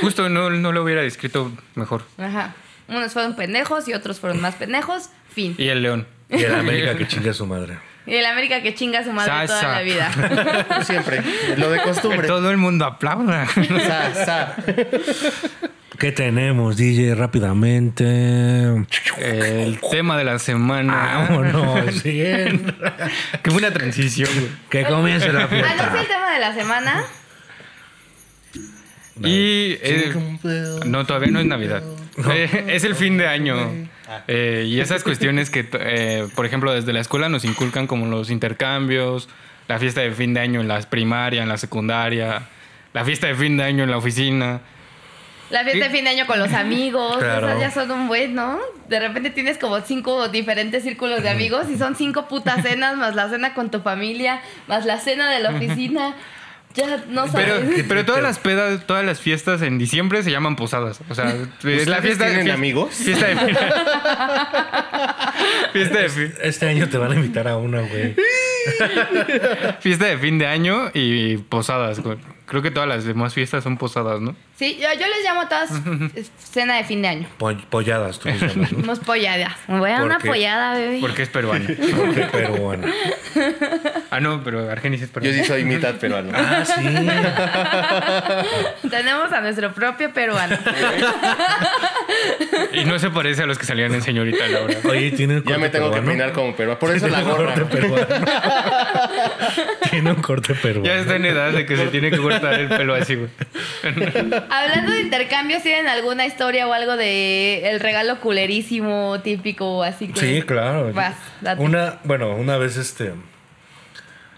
C: Justo no, no lo hubiera descrito mejor.
F: Ajá. Unos fueron pendejos y otros fueron más pendejos. Fin.
C: Y el León.
E: Y el América que chingue a su madre.
F: Y el América que chinga a su madre
C: Sa,
F: toda
C: sa.
F: la vida.
D: Siempre. Lo de
C: Que
D: costumbre.
C: todo el mundo aplauda.
D: Sa, sa.
E: ¿Qué tenemos, DJ? Rápidamente.
C: El tema de la semana.
E: Ah, Vámonos, bien.
C: Qué buena transición, güey.
E: Que comience
F: Ah,
E: la
F: Anuncia el
E: fiesta.
F: tema de la semana.
C: Y eh, no, todavía no es Navidad. Eh, es el fin de año. Eh, y esas cuestiones que, t- eh, por ejemplo, desde la escuela nos inculcan como los intercambios, la fiesta de fin de año en la primaria, en la secundaria, la fiesta de fin de año en la oficina.
F: La fiesta
C: Sí.
F: de fin de año con los amigos,
E: Claro.
F: esas ya son un buen, ¿no? De repente tienes como cinco diferentes círculos de amigos y son cinco putas cenas, más la cena con tu familia, más la cena de la oficina. Ya no
C: Pero,
F: sabes.
C: pero todas las pedas, todas las fiestas en diciembre se llaman posadas. O sea, es la
D: ¿Ustedes
C: fiesta
D: tienen
C: fie-
D: amigos?
C: Fiesta de fiesta de fi-
E: Este año te van a invitar a una, güey.
C: fiesta de fin de año y posadas. güey. Creo que todas las demás fiestas son posadas, ¿no?
F: Sí, yo, yo les llamo a todas cena de fin de año.
E: Po- Polladas, tú les llamas, ¿no?
F: Unos polladas. Me voy a
E: ¿Por
F: una
E: qué?
F: pollada, bebé.
C: Porque es peruana.
E: Porque peruano.
C: Ah, no, pero Argenis es
D: Yo
C: peruana.
D: sí soy mitad peruano.
E: Ah, sí.
F: Tenemos a nuestro propio peruano.
C: Y no se parece a los que salían en Señorita Laura.
E: Oye, tiene un
D: Ya me
E: corte
D: tengo que
E: peruano?
D: peinar como peruano. Por eso la
E: Tiene un
D: gorra.
E: corte peruano. Tiene un corte peruano.
C: Ya está en edad de que se tiene que cortar el pelo así, güey.
F: Hablando de intercambios, ¿tienen alguna historia o algo de el regalo culerísimo típico así que?
E: Sí, claro.
F: Vas, date.
E: Una, bueno, una vez este.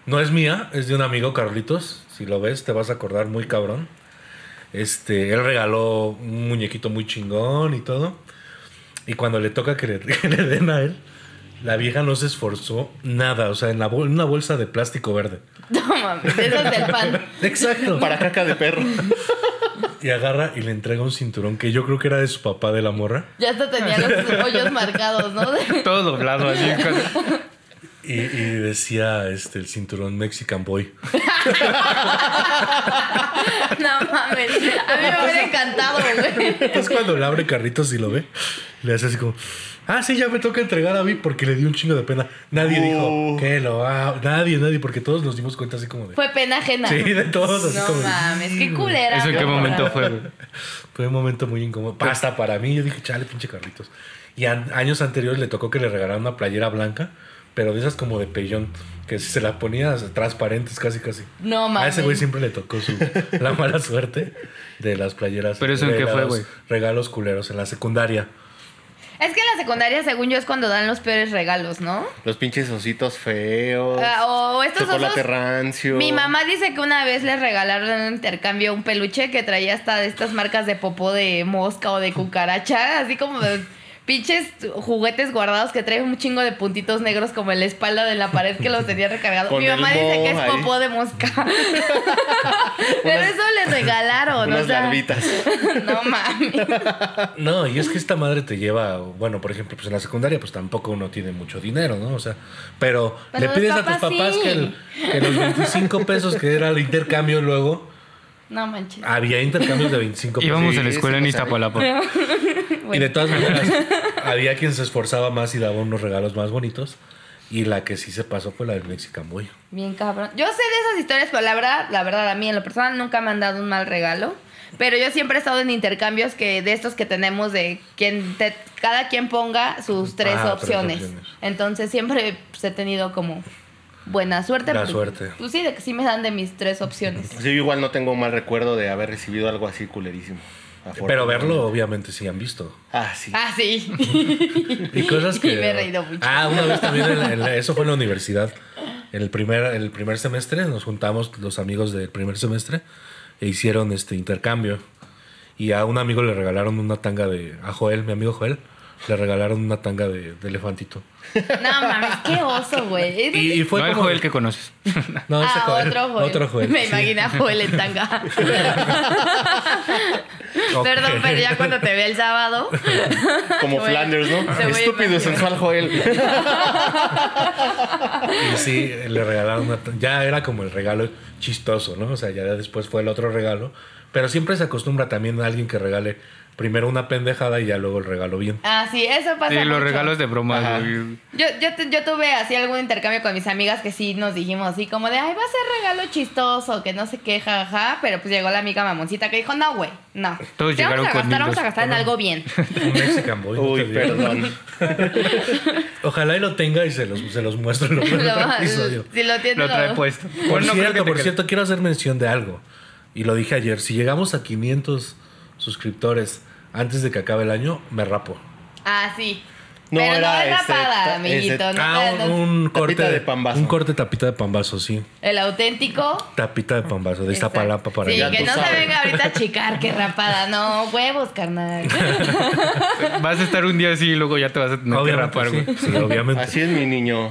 E: No es mía, es de un amigo Carlitos. Si lo ves, te vas a acordar muy cabrón. Este, él regaló un muñequito muy chingón y todo. Y cuando le toca que le, que le den a él, la vieja no se esforzó nada. O sea, en, la bol- en una bolsa de plástico verde.
F: No mames, eso es del pan.
E: Exacto.
D: Para caca de perro.
E: Y agarra y le entrega un cinturón que yo creo que era de su papá de la morra.
F: Ya hasta tenía los hoyos marcados, ¿no?
C: Todo doblado así. con-
E: Y, y decía este, el cinturón Mexican Boy.
F: No mames. A mí me hubiera encantado, güey.
E: Entonces cuando le abre carritos y lo ve, le hace así como, ah, sí, ya me toca entregar a mí porque le di un chingo de pena. Nadie dijo,
D: Uh.
E: que lo va, nadie, nadie, porque todos nos dimos cuenta así como de...
F: Fue pena ajena.
E: Sí, de todos, así
F: No
E: como de- "Mm".
F: mames, qué culera.
C: ¿Eso en qué
F: güey.
C: momento fue, güey?
E: Fue un momento muy incómodo. Pasta para mí, yo dije, chale, pinche carritos. Y an- años anteriores le tocó que le regalaran una playera blanca, pero de esas como de pellón, que si se la ponía transparentes casi, casi.
F: No
E: A
F: mames.
E: ese güey siempre le tocó su, la mala suerte de las playeras.
C: ¿Pero eso en
E: de
C: qué fue,
E: los
C: güey?
E: Regalos culeros en la secundaria.
F: Es que en la secundaria, según yo, es cuando dan los peores regalos, ¿no?
D: Los pinches ositos feos.
F: Ah, o estos
D: chocolate
F: osos-
D: rancio.
F: Mi mamá dice que una vez le regalaron en un intercambio un peluche que traía hasta de estas marcas de popó de mosca o de cucaracha, así como de pinches juguetes guardados que traen un chingo de puntitos negros como en la espalda de la pared que los tenía recargados.
D: Con
F: Mi mamá
D: el
F: dice que es
D: moho ahí.
F: popó de mosca. Pero eso le regalaron,
D: Unas
F: o sea,
D: larvitas.
F: No mames.
E: No, y es que esta madre te lleva, bueno, por ejemplo, pues en la secundaria, pues tampoco uno tiene mucho dinero, ¿no? O sea, pero,
F: Pero
E: le
F: los
E: pides a tus
F: papás
E: papás
F: sí.
E: que, el- que los 25 pesos que era el intercambio luego,
F: No manches.
D: Ah,
E: había intercambios de 25 pesos.
C: Íbamos
D: Sí,
C: a la escuela
D: sí,
C: en
D: lo sabía.
C: Iztapalapa.
E: Y de
F: Bueno,
E: todas maneras, había quien se esforzaba más y daba unos regalos más bonitos. Y la que sí se pasó fue la del Mexican Boy.
F: bien cabrón. Yo sé de esas historias, pero la verdad, la verdad, a mí en lo personal nunca me han dado un mal regalo. Pero yo siempre he estado en intercambios que de estos que tenemos de quien te- cada quien ponga sus tres,
E: Ah, tres
F: opciones.
E: opciones.
F: Entonces siempre pues, he tenido como buena suerte.
E: La
F: porque-
E: suerte.
F: Pues sí, de que sí me dan de mis tres opciones.
D: Sí, yo igual no tengo mal recuerdo de haber recibido algo así culerísimo.
E: Pero
D: Afortunadamente.
E: verlo, obviamente, sí han visto.
D: Ah, sí.
F: Ah, sí.
E: Y cosas que.
F: Y me he reído mucho.
E: Ah, una vez también, en la- en la- eso fue en la universidad. En el primer, el primer semestre nos juntamos los amigos del primer semestre e hicieron este intercambio. Y a un amigo le regalaron una tanga de. A Joel, mi amigo Joel, le regalaron una tanga de, de elefantito.
F: No mames, qué oso, güey. Es-
E: Y, y fue
C: no el
E: como.
C: Joel que conoces.
E: No, ese
F: ah,
E: Joel,
F: otro Joel.
E: Otro Joel.
F: Me
E: sí.
F: imagina Joel en tanga.
E: Ok.
F: Perdón, pero ya cuando te vea el sábado.
D: Como
F: Bueno,
D: Flanders, ¿no?
F: te voy a
D: Estúpido,
F: imaginar.
D: sensual Joel.
E: Y sí, le regalaron una- Ya era como el regalo chistoso, ¿no? O sea, ya después fue el otro regalo. Pero siempre se acostumbra también a alguien que regale primero una pendejada y ya luego el regalo bien.
F: Ah, sí, eso pasa.
C: Sí, los
F: mucho.
C: regalos de broma.
D: Ajá.
C: güey.
F: Yo, yo, tu- yo tuve así algún intercambio con mis amigas que sí nos dijimos así como de, ay, va a ser regalo chistoso, que no sé qué, jaja. Pero pues llegó la amiga mamoncita que dijo, no, güey, no.
C: Todos
F: Si vamos
C: llegaron
F: a
C: con
F: gastar, vamos a
C: dildos,
F: gastar en
C: cabrón.
F: algo bien.
E: Un Mexican Boy. no
D: Uy,
E: te digo.
D: perdón.
E: Ojalá y lo tenga y se los, se los muestro en
F: Lo-
E: el otro episodio.
F: si lo tiene,
C: Lo trae
F: lo-
C: puesto.
E: Por
C: Bueno, no creo que
E: cierto,
C: te
E: por
C: quede.
E: cierto, quiero hacer mención de algo. Y lo dije ayer. Si llegamos a 500 suscriptores antes de que acabe el año, me rapo.
F: Ah, sí.
D: No,
F: Pero no es
D: era este,
F: rapada,
D: ta-
F: amiguito,
D: este,
F: no.
E: Ah, un, un
D: Tapita
E: corte
D: de pambazo.
E: Un corte tapita de pambazo, sí.
F: El auténtico.
E: Tapita de pambazo, de
F: Exacto.
E: Iztapalapa para
F: Sí,
E: allá.
F: que
D: tú
F: no se
D: sabes.
F: venga ahorita a chicar, qué rapada. No, huevos, carnal.
C: Vas a estar un día así y luego ya te vas a tener que
E: obviamente,
C: rapar, güey.
E: sí, sí, obviamente.
D: Así es, mi niño.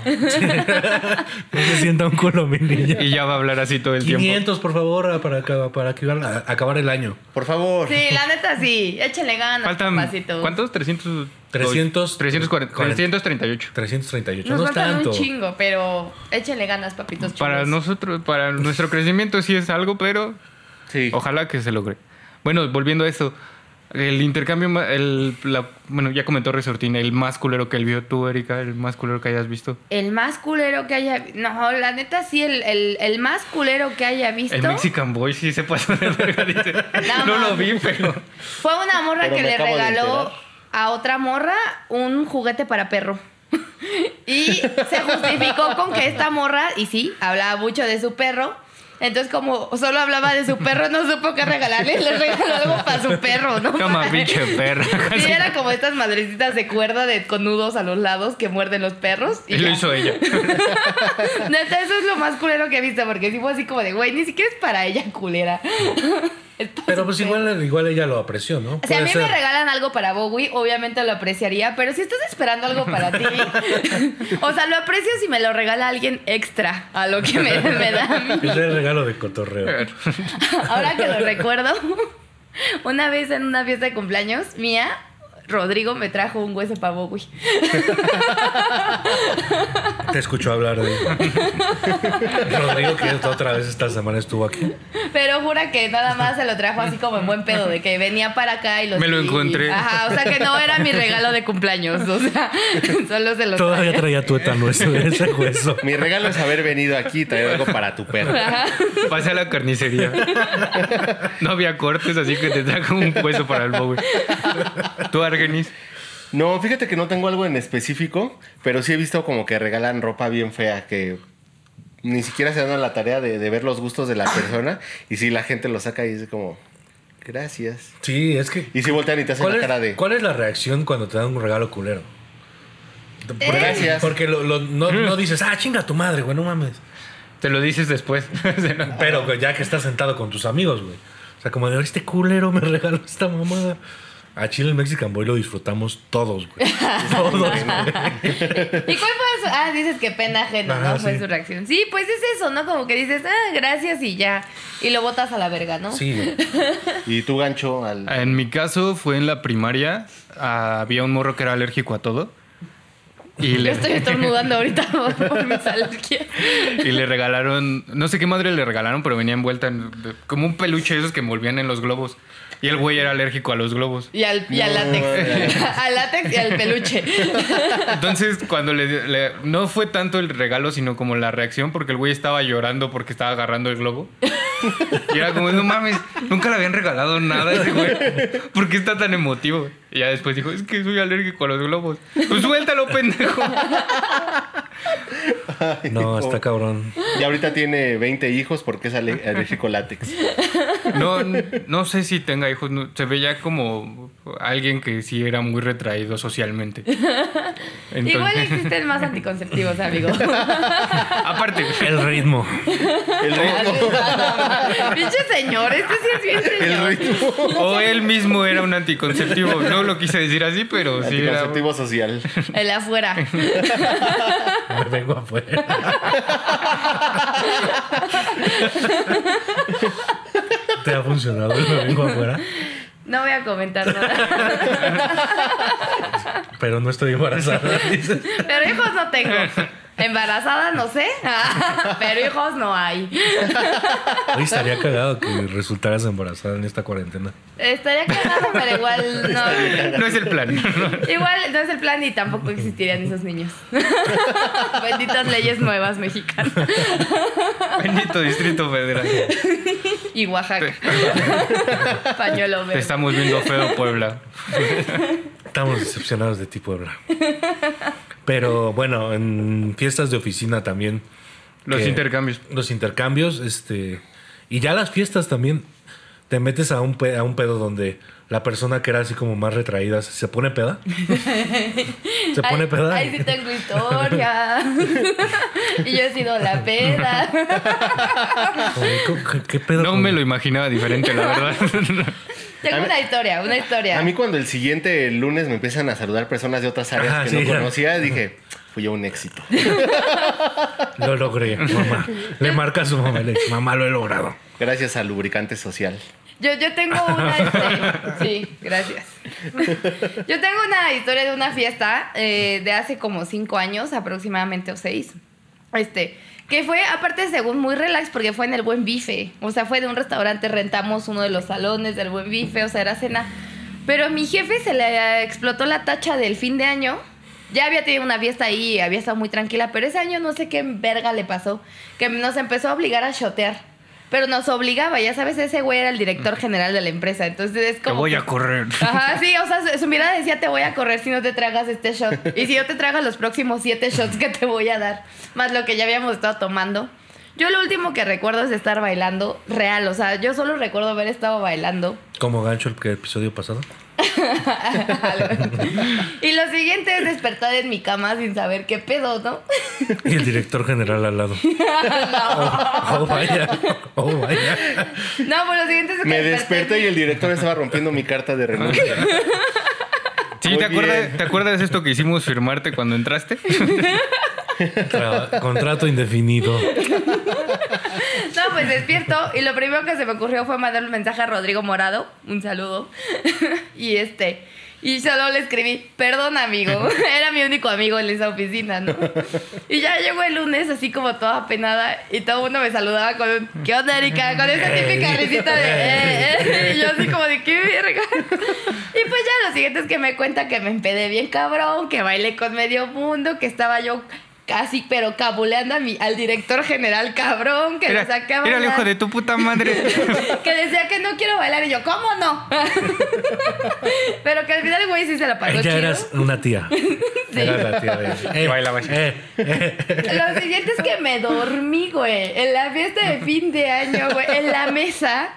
E: No se sienta un culo, mi niña.
C: Y ya va a hablar así todo el tiempo.
E: 500, por favor, ah, para, acá- para acabar, acabar el año.
D: Por favor.
F: Sí, la neta sí. Échale ganas.
C: Faltan.
F: papacito.
C: ¿Cuántos? 300.
E: 300.
C: 340, 338.
E: 338.
F: Nos
E: no es
F: faltan
E: tanto.
F: un chingo, pero échale ganas, papitos chulos.
C: Para nosotros, para nuestro crecimiento sí es algo, pero
D: Sí.
C: Ojalá que se logre. Bueno, volviendo a eso, el intercambio, ma- el, la- bueno, ya comentó Resortina, el más culero que él vio tú, Erika, el más culero que hayas visto.
F: El más culero que haya... No, la neta sí, el, el, el más culero que haya visto...
C: El Mexican Boy sí se pasó de verga, dice.
F: No,
C: No lo
F: mames.
C: vi, pero...
F: Fue una morra
D: Pero
F: que
D: me
F: le
D: acabo de
F: regaló
D: enterar.
F: a otra morra un juguete para perro. y se justificó con que esta morra, y sí, hablaba mucho de su perro. Entonces, como solo hablaba de su perro, no supo qué regalarle. Le regaló algo para su perro, ¿no?
C: Cama,
F: mames.
C: pinche perra.
F: Sí, era como estas madrecitas de cuerda de, con nudos a los lados que muerden los perros.
C: Y lo
F: ya.
C: hizo ella.
F: Neta, eso es lo más culero que he visto, porque sí fue así como de, güey, ni siquiera es para ella culera. Es para
E: Pero
F: su
E: pues
F: perro.
E: igual, igual ella lo apreció, ¿no?
F: O sea, a
E: Puede
F: mí me
E: ser.
F: regalan algo para Bowie, obviamente lo apreciaría, pero si estás esperando algo para ti, o sea, lo aprecio si me lo regala alguien extra a lo que me, me da a mí.
E: Es el regalo de cotorreo.
F: Ahora que lo recuerdo, una vez en una fiesta de cumpleaños mía, Rodrigo me trajo un hueso para Bowie.
E: Te escucho hablar de Rodrigo, que esta otra vez esta semana estuvo aquí.
F: Pero jura que nada más se lo trajo así como en buen pedo, de que venía para acá y lo
C: Me lo
F: y-
C: encontré.
F: Ajá, o sea que no era mi regalo de cumpleaños, o sea, solo se lo
E: Todavía
F: traje.
E: traía tu etano ese, ese hueso.
D: Mi regalo es haber venido aquí y traer algo para tu perro.
C: Pasé a la carnicería. No había cortes, así que te trajo un hueso para el Bowie. Tú, Argenis.
D: No, fíjate que no tengo algo en específico, pero sí he visto como que regalan ropa bien fea que ni siquiera se dan a la tarea de, de ver los gustos de la persona y si la gente lo saca y dice como, gracias.
E: Sí, es que.
D: Y si voltean y te hacen
E: ¿Cuál
D: la
E: es,
D: cara de...
E: cuál es la reacción cuando te dan un regalo culero?
F: Eh.
E: Porque,
D: Gracias.
E: porque lo- lo- no, no dices, ah, chinga tu madre, güey, no mames.
C: Te lo dices después.
E: Pero güey, ya que estás sentado con tus amigos, güey. O sea, como de, este culero me regaló esta mamada. A Chile el Mexican Boy lo disfrutamos todos, güey. Todos, güey.
F: ¿Y cuál fue su- Ah, dices que pena ajena,
E: Ajá,
F: ¿no? Fue
E: sí.
F: su reacción. Sí, pues es eso, ¿no? Como que dices, ah, gracias y ya. Y lo botas a la verga, ¿no?
E: Sí, güey.
D: Y tú gancho al...
C: En mi caso fue en la primaria. Ah, había un morro que era alérgico a todo. Y
F: Yo
C: le,
F: estoy estornudando ahorita por, por mis alergias.
C: y le regalaron, no sé qué madre le regalaron, pero venía envuelta en, como un peluche de esos que envolvían en los globos. Y el güey era alérgico a los globos.
F: Y al, y al látex. al látex y al peluche.
C: Entonces, cuando le, le- No fue tanto el regalo, sino como la reacción, porque el güey estaba llorando porque estaba agarrando el globo. Y era como, no mames, nunca le habían regalado nada a ese güey. ¿Por qué está tan emotivo? Y ya después dijo, es que soy alérgico a los globos. Pues suéltalo, pendejo.
E: No, está cabrón.
D: Y ahorita tiene 20 hijos porque es ale- alérgico al látex.
C: No, no sé si tenga hijos. no- se veía como alguien que sí era muy retraído socialmente. Entonces-
F: Igual existen más anticonceptivos, amigo.
C: aparte,
E: El ritmo.
D: El ritmo.
F: Pinche señor, este sí es bien
D: El
F: señor.
D: ritmo.
C: o él mismo era un anticonceptivo. No lo quise decir así, pero sí era.
D: Anticonceptivo social.
F: El afuera.
E: Me vengo afuera. ¿Te ha funcionado? el Me vengo afuera.
F: No voy a comentar nada.
E: Pero no estoy embarazada. dices.
F: Pero hijos no tengo. Embarazada no sé, pero hijos no hay.
E: Hoy estaría cagado que resultaras embarazada en esta cuarentena.
F: Estaría cagado, pero igual no.
C: No es el plan.
F: Igual no es el plan y tampoco existirían esos niños. Benditas leyes nuevas mexicanas.
C: Benito Distrito Federal.
F: Y Oaxaca. Pañuelo
C: Te
F: verde.
C: estamos viendo feo, Puebla.
E: Estamos decepcionados de ti, Puebla. Pero bueno, en fiestas de oficina también.
C: Los
E: que-
C: intercambios.
E: Los intercambios, este. Y ya las fiestas también. te metes a un, pe- a un pedo donde la persona que era así como más retraída se- se pone peda. se pone
F: Ay,
E: peda.
F: Ay, sí tengo historia. y yo he sido la peda.
E: Como, ¿Qué, qué pedo?
C: No
E: con-
C: me lo imaginaba diferente, la verdad.
F: tengo
D: A mí-
F: una historia, una historia.
D: A mí cuando el siguiente lunes me empiezan a saludar personas de otras áreas
E: Ajá,
D: que
E: Ah, sí,
D: no
E: ya.
D: conocía, dije, fui yo un éxito.
E: Lo logré, mamá. Le marca a su mamá. Le dice, mamá, lo he logrado.
D: Gracias al lubricante social.
F: Yo, yo tengo una. este, sí, gracias. Yo tengo una historia de una fiesta eh, de hace como cinco años aproximadamente o seis. Este. Que fue, aparte, según muy relax, porque fue en el Buen Bife. O sea, fue de un restaurante, rentamos uno de los salones del Buen Bife, o sea, era cena. Pero a mi jefe se le explotó la tacha del fin de año. Ya había tenido una fiesta ahí, había estado muy tranquila, pero ese año no sé qué verga le pasó, que nos empezó a obligar a shotear. Pero nos obligaba, ya sabes, ese güey era el director general de la empresa, entonces es
C: Te
F: como...
C: voy a correr.
F: Ajá, sí, o sea, su- su mirada decía, te voy a correr si no te tragas este shot. Y si no te tragas los próximos siete shots que te voy a dar, más lo que ya habíamos estado tomando. Yo lo último que recuerdo es estar bailando real, o sea, yo solo recuerdo haber estado bailando.
E: Como gancho el que- episodio pasado.
F: y lo siguiente es despertar en mi cama sin saber qué pedo, ¿no?
E: Y el director general al lado. Oh, oh, vaya. Oh, vaya.
F: No, pues lo siguiente es que
D: Me
F: desperté
D: desperté
F: en
D: y el director estaba rompiendo mi carta de renuncia.
C: Sí,
D: Muy
C: ¿te acuerdas,
D: bien.
C: ¿te acuerdas esto que hicimos firmarte cuando entraste?
E: Tra- contrato indefinido.
F: No, pues despierto y lo primero que se me ocurrió fue mandar un mensaje a Rodrigo Morado, un saludo. y este, y solo le escribí, perdón amigo, era mi único amigo en esa oficina, ¿no? y ya llegó el lunes así como toda apenada y todo el mundo me saludaba con un, ¿qué onda Erika? Con esa típica risita de, eh, eh, y yo así como de, ¿qué verga? y pues ya lo siguiente es que me cuenta que me empedé bien cabrón, que bailé con medio mundo, que estaba yo... Casi, pero cabuleando a mi, al director general cabrón, que
C: Era,
F: nos acaba
C: era el hijo de tu puta madre.
F: que decía que no quiero bailar y yo, ¿cómo no? Pero que al final el güey sí se la pasó
E: Ella
F: chido.
E: eras una tía. Era la tía de
C: Que bailaba así.
E: eh, eh.
F: Lo siguiente es que me dormí, güey, en la fiesta de fin de año, güey, en la mesa.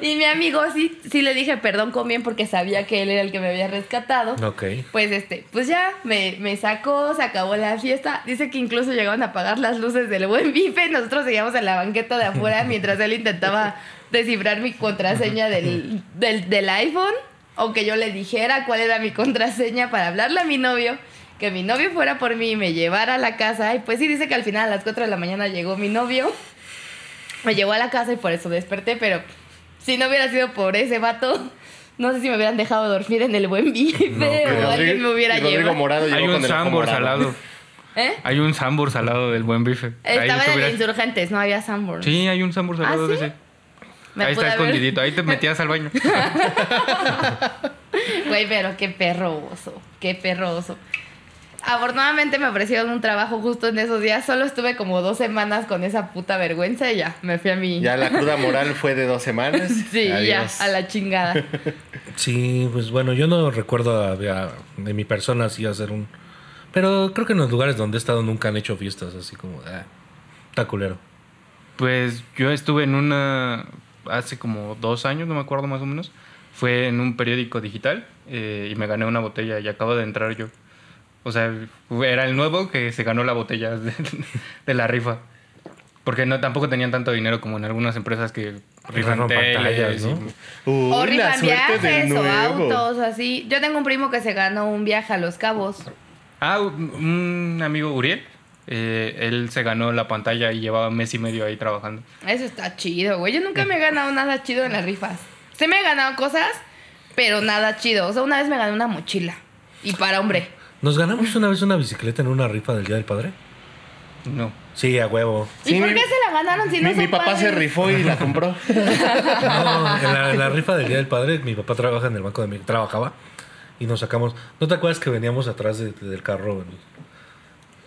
F: Y mi amigo sí, sí le dije perdón con bien porque sabía que él era el que me había rescatado.
E: Ok.
F: Pues este, pues ya me, me sacó, se acabó la fiesta. Dice que incluso llegaron a apagar las luces del buen bife. Nosotros seguíamos en la banqueta de afuera mientras él intentaba descifrar mi contraseña del, del, del iPhone. O que yo le dijera cuál era mi contraseña para hablarle a mi novio. Que mi novio fuera por mí y me llevara a la casa. Y pues sí, dice que al final a las 4 de la mañana llegó mi novio. Me llevó a la casa y por eso desperté, pero si no hubiera sido por ese vato, no sé si me hubieran dejado dormir en el buen bife o alguien me hubiera
D: y Rodrigo
F: llevado.
D: Morado llegó
C: Hay un
D: con el ojo
C: sambor
D: morado.
C: salado.
F: ¿Eh?
C: Hay un sambor salado del buen bife. Ahí
F: Estaba en
C: estuvieras-
F: el Insurgentes, no había Sanborns.
C: Sí, hay un sambor
F: ¿Ah,
C: salado de
F: sí?
C: ese.
F: Me
C: Ahí
F: pude
C: está
F: haber-
C: escondidito. Ahí te metías al baño.
F: Güey, pero qué perro oso, qué perro oso. Afortunadamente me ofrecieron un trabajo justo en esos días. Solo estuve como dos semanas con esa puta vergüenza y ya, me fui a mi...
D: Ya la cruda moral fue de dos semanas.
F: Sí,
D: Adiós.
F: ya, a la chingada.
E: Sí, pues bueno, yo no recuerdo a- a- de mi persona así hacer un. Pero creo que en los lugares donde he estado nunca han hecho fiestas así como. Ah, está culero.
C: Pues yo estuve en una hace como dos años, no me acuerdo más o menos. Fue en un periódico digital eh, y me gané una botella y acabo de entrar yo. O sea, era el nuevo que se ganó la botella de, de la rifa. Porque no, tampoco tenían tanto dinero como en algunas empresas que rifan
E: Rifan
C: pantallas,
E: pantallas,
C: ¿no?
E: ¿no?
D: Uy,
F: O
D: la
F: rifan
D: suerte del
F: viajes o
D: nuevo.
F: autos, así. Yo tengo un primo que se ganó un viaje a Los Cabos.
C: Ah, un un amigo Uriel, eh, él se ganó la pantalla y llevaba mes y medio ahí trabajando.
F: Eso está chido, güey. Yo nunca me he ganado nada chido en las rifas. Se me he ganado cosas, pero nada chido. O sea, una vez me gané una mochila. Y para hombre.
E: ¿Nos ganamos una vez una bicicleta en una rifa del Día del Padre?
C: No.
E: Sí, a huevo.
F: ¿Y
D: Sí,
F: por
D: mi-
F: qué se la ganaron si no
D: mi,
F: son
D: mi papá se
F: padres?
D: rifó y la compró.
E: No, en la, en la rifa del Día del Padre, mi papá trabaja en el banco de mi. Trabajaba y nos sacamos. ¿No te acuerdas que veníamos atrás de- del carro?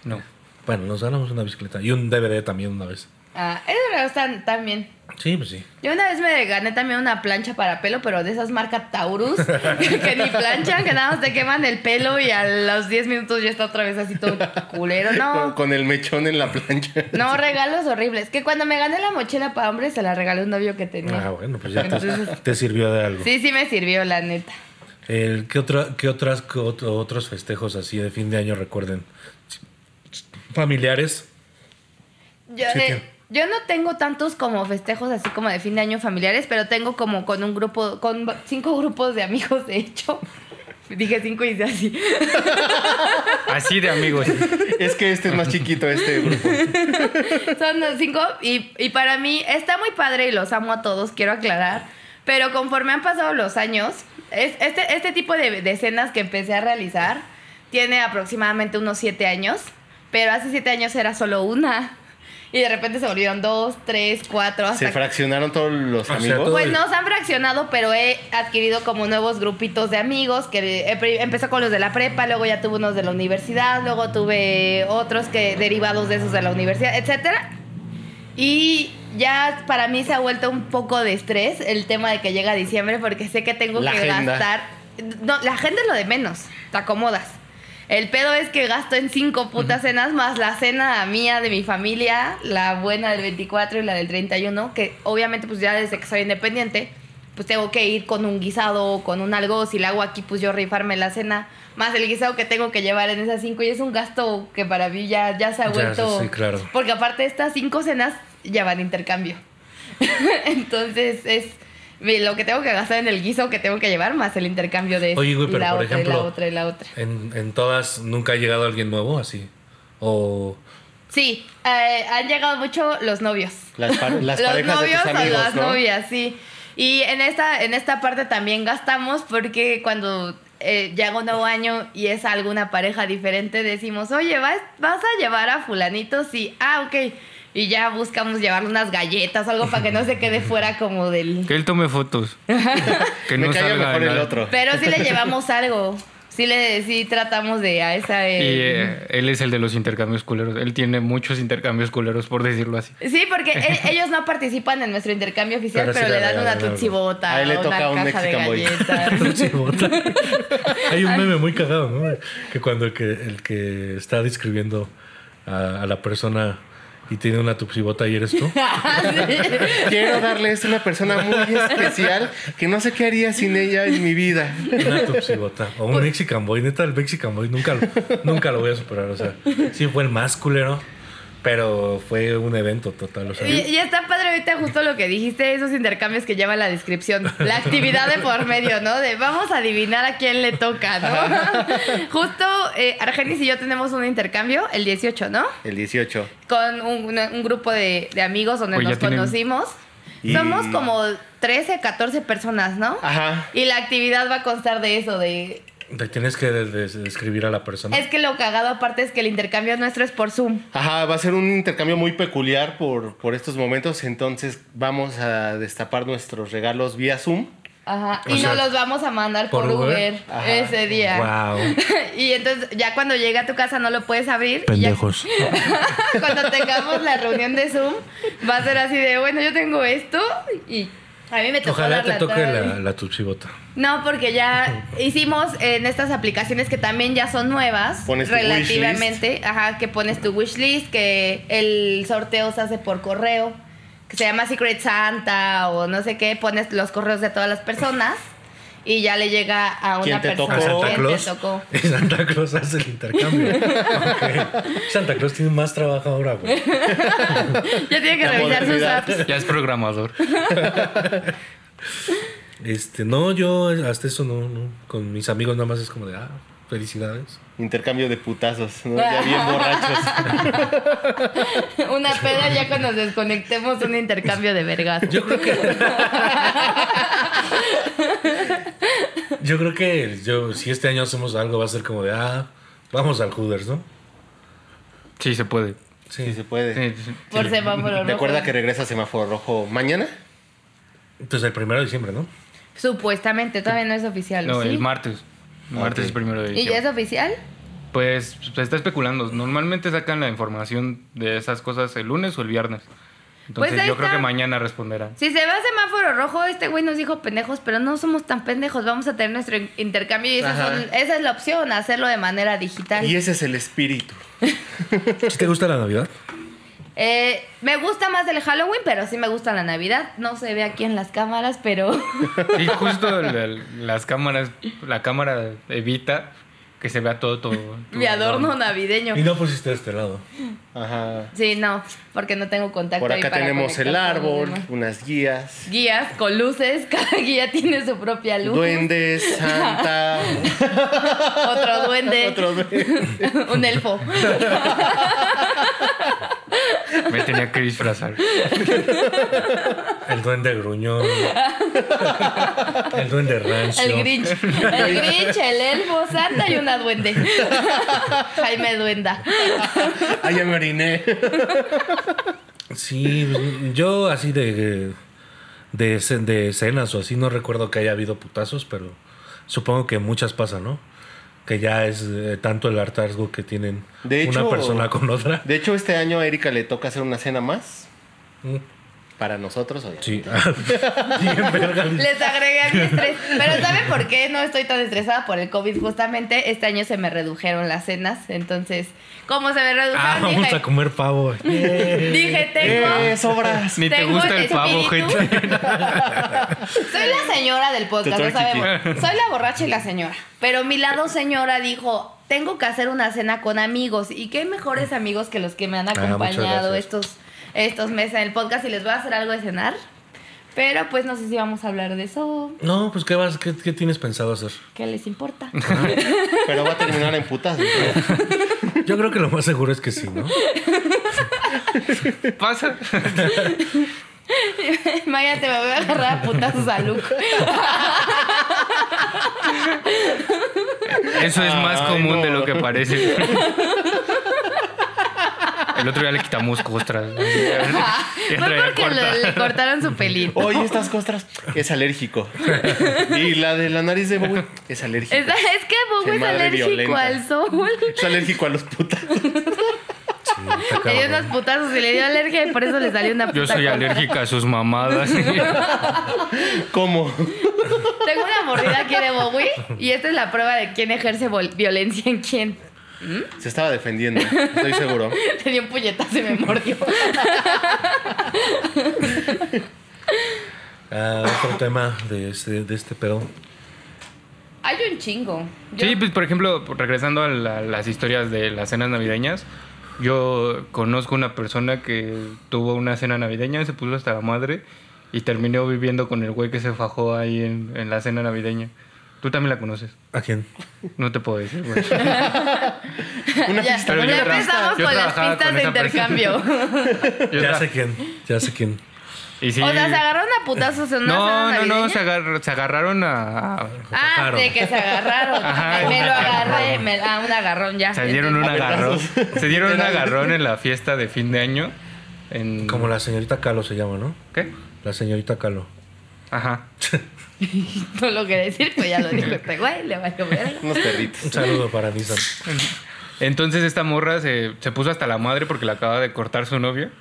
C: No.
E: Bueno, nos ganamos una bicicleta y un DVD también una vez.
F: Ah, eso están también.
E: Sí, pues sí.
F: Yo una vez me gané también una plancha para pelo, pero de esas marcas Taurus, que ni planchan, que nada más te queman el pelo y a los 10 minutos ya está otra vez así todo culero.
D: Con,
F: No,
D: con el mechón en la plancha.
F: no, regalos horribles. Que cuando me gané la mochila para hombres, se la regalé a un novio que tenía.
E: Ah, bueno, pues ya te, te sirvió de algo.
F: Sí, sí me sirvió, la neta.
E: El, ¿Qué, otra, qué otras, qué otro- otros festejos así de fin de año recuerden? Familiares.
F: Yo,
E: Sí,
F: eh,
E: tío.
F: yo no tengo tantos como festejos así como de fin de año familiares, pero tengo como con un grupo, con va- cinco grupos de amigos, de hecho. Dije cinco y hice así.
C: Así de amigos.
D: Es que este es más chiquito, este grupo.
F: Son los cinco y, y para mí está muy padre y los amo a todos, quiero aclarar. Pero conforme han pasado los años, es, este, este tipo de, de escenas que empecé a realizar tiene aproximadamente unos siete años, pero hace siete años era solo una. Y de repente se volvieron dos, tres, cuatro, hasta
D: Se
F: que-
D: fraccionaron todos los
E: O sea,
D: amigos.
E: todo-
F: Pues
E: el-
F: no, se han fraccionado, pero he adquirido como nuevos grupitos de amigos, que eh, pri- empezó con los de la prepa, luego ya tuve unos de la universidad, luego tuve otros que derivados de esos de la universidad, etcétera. Y ya para mí se ha vuelto un poco de estrés el tema de que llega diciembre porque sé que tengo
D: La
F: que
D: agenda.
F: gastar. No, la agenda es lo de menos, te acomodas. El pedo es que gasto en cinco putas cenas más la cena mía de mi familia, la buena del 24 y la del 31, que obviamente pues ya desde que soy independiente, pues tengo que ir con un guisado o con un algo, si la hago aquí pues yo rifarme la cena, más el guisado que tengo que llevar en esas cinco y es un gasto que para mí ya, ya se ha
E: Ya,
F: vuelto...
E: sí, claro.
F: Porque aparte estas cinco cenas ya van de intercambio. Entonces es ve, lo que tengo que gastar en el guiso que tengo que llevar más el intercambio de
E: Oye, güey,
F: y
E: pero
F: la
E: por
F: otra y la
E: ejemplo-
F: otra y la otra.
E: En, en todas nunca ha llegado alguien nuevo así. O
F: Sí, eh, han llegado mucho los novios.
D: Las, pa- las
F: los
D: parejas de
F: novios
D: tus amigos,
F: o las
D: ¿no?
F: novias, sí. Y en esta, en esta parte también gastamos porque cuando eh, llega un nuevo año y es alguna pareja diferente, decimos, oye, ¿vas, vas a llevar a fulanito? Sí, ah, ok. Y ya buscamos llevarle unas galletas o algo para que no se quede fuera como del...
C: Que él tome fotos. Que
D: Me
C: no
D: caiga
C: salga
D: mejor el
C: nada.
D: otro.
F: Pero sí le llevamos algo. Sí, le, sí tratamos de a esa...
C: Y
F: eh,
C: eh, él es el de los intercambios culeros. Él tiene muchos intercambios culeros, por decirlo así.
F: Sí, porque e- ellos no participan en nuestro intercambio oficial,
E: Pero
F: pero,
E: sí le
F: le dan
E: regalan
F: una
E: algo.
F: tutsi
D: A
F: bota,
D: él le
F: una
D: toca un
F: caja de
D: Mexican Boy.
F: galletas.
E: Sí, bota. Hay un meme muy cagado, ¿no? Que cuando el que, el que está describiendo a, a la persona y tiene una tupsibota y eres tú.
D: Quiero darles una persona muy especial que no sé qué haría sin ella en mi vida.
E: Una tupsibota. O un Mexican Boy. Neta, el Mexican Boy nunca lo, nunca lo voy a superar. O sea, sí fue el más culero, pero fue un evento total. O sea,
F: Y, y está padre ahorita justo lo que dijiste, esos intercambios que lleva la descripción. La actividad de por medio, ¿no? De vamos a adivinar a quién le toca, ¿no? Justo eh, Argenis y yo tenemos un intercambio el 18, ¿no?
D: El 18.
F: Con un, una- un grupo de, de amigos donde
C: Oye, ya
F: nos
C: tienen-
F: conocimos.
D: Y-
F: Somos como 13, 14 personas, ¿no?
D: Ajá.
F: Y la actividad va a constar de eso, de
E: te tienes que de- de- describir a la persona.
F: Es que lo cagado aparte es que el intercambio nuestro es por Zoom.
D: Ajá, va a ser un intercambio muy peculiar por, por estos momentos. Entonces vamos a destapar nuestros regalos vía Zoom.
F: Ajá.
E: O
F: Y
E: sea,
F: nos los vamos a mandar
E: ¿por
F: por,
E: Uber?
F: Uber,
D: Ajá.
F: ese día.
E: Wow.
F: Y entonces ya cuando llegue a tu casa no lo puedes abrir. y ya-
E: Pendejos.
F: cuando tengamos la reunión de Zoom va a ser así de, bueno, yo tengo esto y a mí me tocó
E: Ojalá
F: dar
E: te
F: la
E: toque
F: tarde.
E: la, la tupsibota.
F: No, porque ya hicimos en estas aplicaciones que también ya son nuevas,
D: Pones tu
F: relativamente, ajá, que pones tu wishlist, que el sorteo se hace por correo, que se llama Secret Santa o no sé qué, pones los correos de todas las personas y ya le llega a una
D: ¿Quién te
F: persona
E: A
D: tocó?
E: Santa
F: ¿Quién
E: Claus.
F: Este te tocó.
E: Santa Claus hace el intercambio. Ok. Santa Claus tiene más trabajo ahora, güey.
F: Ya tiene que
D: La
F: revisar sus
D: modernidad.
F: apps.
C: Ya es programador.
E: Este, no, yo hasta eso no, no. Con mis amigos nada más es como de, ah, felicidades.
D: Intercambio de putazos, ¿no? Ya bien borrachos.
F: Una peda ya cuando nos desconectemos un intercambio de vergas.
E: Yo creo que. yo creo que yo, si este año hacemos algo, va a ser como de, ah, vamos al Hooders, ¿no?
C: Sí, se puede.
D: Si
E: Sí.
D: se
C: Sí,
D: puede.
C: sí.
F: Por semáforo
D: Recuerda
F: rojo.
D: que regresa semáforo rojo mañana.
E: Entonces el primero de diciembre, ¿no?
F: Supuestamente, todavía no es oficial.
C: No,
F: ¿sí?
C: el martes. Martes es primero de
F: ¿Y ya es
C: diciembre.
F: oficial?
C: Pues se está especulando. Normalmente sacan la información de esas cosas el lunes o el viernes. Entonces
F: Pues ahí
C: yo creo
F: está.
C: que mañana responderán.
F: Si se va a semáforo rojo, este güey nos dijo pendejos, pero no somos tan pendejos. Vamos a tener nuestro in- intercambio y esas
D: Ajá.
F: son- esa es la opción, hacerlo de manera digital.
D: Y ese es el espíritu.
E: ¿Sí te gusta la Navidad?
F: Eh, me gusta más el Halloween, pero sí me gusta la Navidad. No se ve aquí en las cámaras, pero
C: Y justo la- las cámaras, la cámara evita que se vea todo todo.
F: mi adorno navideño.
E: Y no pusiste de este lado.
D: Ajá.
F: Sí, no, porque no tengo contacto.
D: Por
F: ahí
D: acá
F: para
D: tenemos el
F: conectar con los
D: árbol,
F: demás.
D: unas guías,
F: Guías con luces, cada guía tiene su propia luz.
D: duendes, santa,
F: Otro duende.
D: otro duende.
F: Un elfo.
C: Me tenía que disfrazar.
E: El duende gruñón. el duende rancho.
F: El Grinch. El Grinch, el elfo, Santa y una duende. Jaime Duenda.
D: Ah, ya me oriné.
E: Sí, pues, yo así de, de, escen- de escenas o así no recuerdo que haya habido putazos, pero supongo que muchas pasan, ¿no? Que ya es eh, tanto el hartazgo que tienen
D: De
E: una
D: hecho-
E: persona con otra.
D: De hecho, este año a Erika le toca hacer una cena más. Para nosotros, obviamente.
E: Sí. Bien, verga.
F: Les agregué aquí estrés. Pero ¿saben por qué no estoy tan estresada por el COVID? Justamente este año se me redujeron las cenas. Entonces, como se me
E: Ah,
F: redujeron,
E: vamos
F: dije,
E: a comer pavo.
F: dije, tengo.
D: ¡Eh, sobras!
C: Ni te
F: Tengo
C: gusta
F: el
C: el pavo,
F: espíritu.
C: gente.
F: Soy la señora del podcast,
D: Te
F: lo
D: trae chiqui.
F: sabemos. Soy la borracha y la señora. Pero mi lado señora dijo, tengo que hacer una cena con amigos. ¿Y qué mejores amigos que los que me han
E: muchas
F: acompañado
E: gracias.
F: estos, estos meses en el podcast? Y les voy a hacer algo de cenar. Pero pues no sé si vamos a hablar de eso.
E: No, pues ¿qué, vas, qué, qué tienes pensado hacer?
F: ¿Qué les importa?
D: Pero va a terminar en putas.
E: Yo creo que lo más seguro es que sí, ¿no?
C: Pasa.
F: Maya, te me voy a agarrar a putazos a Luke.
C: Eso es más
D: Ay,
C: común
D: no.
C: de lo que parece. El otro día le quitamos costras.
F: Fue
C: Ya traía
F: porque
C: corta.
F: le, le cortaron su pelito.
D: Oye, estas costras es alérgico. Y la de la nariz de Bowie es alérgico.
F: Es, es que Bobo
D: Qué
F: es
D: madre
F: alérgico
D: violenta.
F: al sol.
D: Es alérgico a los putas.
E: Sí, está
F: Le dio
E: cabrón.
F: unos putazos y le dio alergia y por eso le salió una puta
C: Yo soy
F: cosa.
C: alérgica a sus mamadas.
D: ¿Cómo?
F: Tengo una mordida aquí de Bowie y esta es la prueba de quién ejerce vol- violencia en quién.
D: Se estaba defendiendo, estoy seguro.
F: Le dio un puñetazo y me mordió.
E: Ah, otro tema de este, de este pedo.
F: Hay un chingo. Yo-
C: Sí, pues por ejemplo, regresando a la- las historias de las cenas navideñas, yo conozco una persona que tuvo una cena navideña, se puso hasta la madre y terminó viviendo con el güey que se fajó ahí en, en la cena navideña. Tú también la conoces.
E: ¿A quién?
C: No te puedo decir, güey.
D: Una
F: ya,
D: pista,
C: pero
F: ya
C: yo tra-
F: empezamos
C: yo
F: con las
C: trabajaba
F: pistas
C: con
F: de
C: esa persona.
F: intercambio.
C: Yo
E: Ya
C: tra-
E: sé quién. Ya sé quién.
C: y sí-
F: O sea, se agarraron a putazos en una
C: No,
F: cena
C: no, no,
F: navideña?
C: se, agar- se agarraron a... a-
F: Ah, de que se agarraron.
C: Ajá.
F: me lo agarré. me- ah, un agarrón ya.
C: se dieron un
F: Entendí.
C: agarrón.
D: Abrazos.
C: Se dieron un
D: Literal.
C: agarrón en la fiesta de fin de año. En...
E: Como la señorita Calo se llama, ¿no?
C: ¿Qué?
E: La señorita Calo.
C: Ajá.
F: No lo quería decir, pues ya lo dijo este güey. Le valió verga.
D: unos perritos.
E: Un saludo para Nissan.
C: Entonces esta morra se, se puso hasta la madre porque le acaba de cortar su novio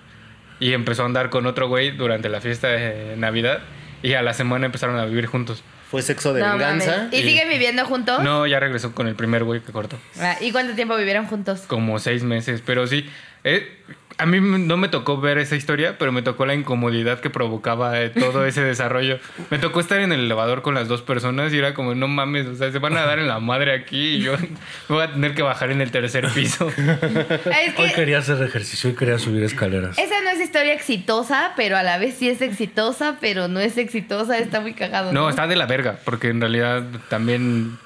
C: y empezó a andar con otro güey durante la fiesta de Navidad y a la semana empezaron a vivir juntos.
D: Fue sexo de
F: No
D: venganza.
F: mames. ¿Y siguen viviendo juntos?
C: No, ya regresó con el primer güey que cortó.
F: Ah, ¿Y cuánto tiempo vivieron juntos?
C: Como seis meses, pero sí. eh, a mí no me tocó ver esa historia, pero me tocó la incomodidad que provocaba eh, todo ese desarrollo. Me tocó estar en el elevador con las dos personas y era como, no mames, o sea, se van a dar en la madre aquí y yo voy a tener que bajar en el tercer piso.
F: Es
E: Hoy
F: que
E: quería hacer ejercicio y quería subir escaleras.
F: Esa no es historia exitosa, pero a la vez sí es exitosa, pero no es exitosa, está muy cagado.
C: No, está de la verga, porque en realidad también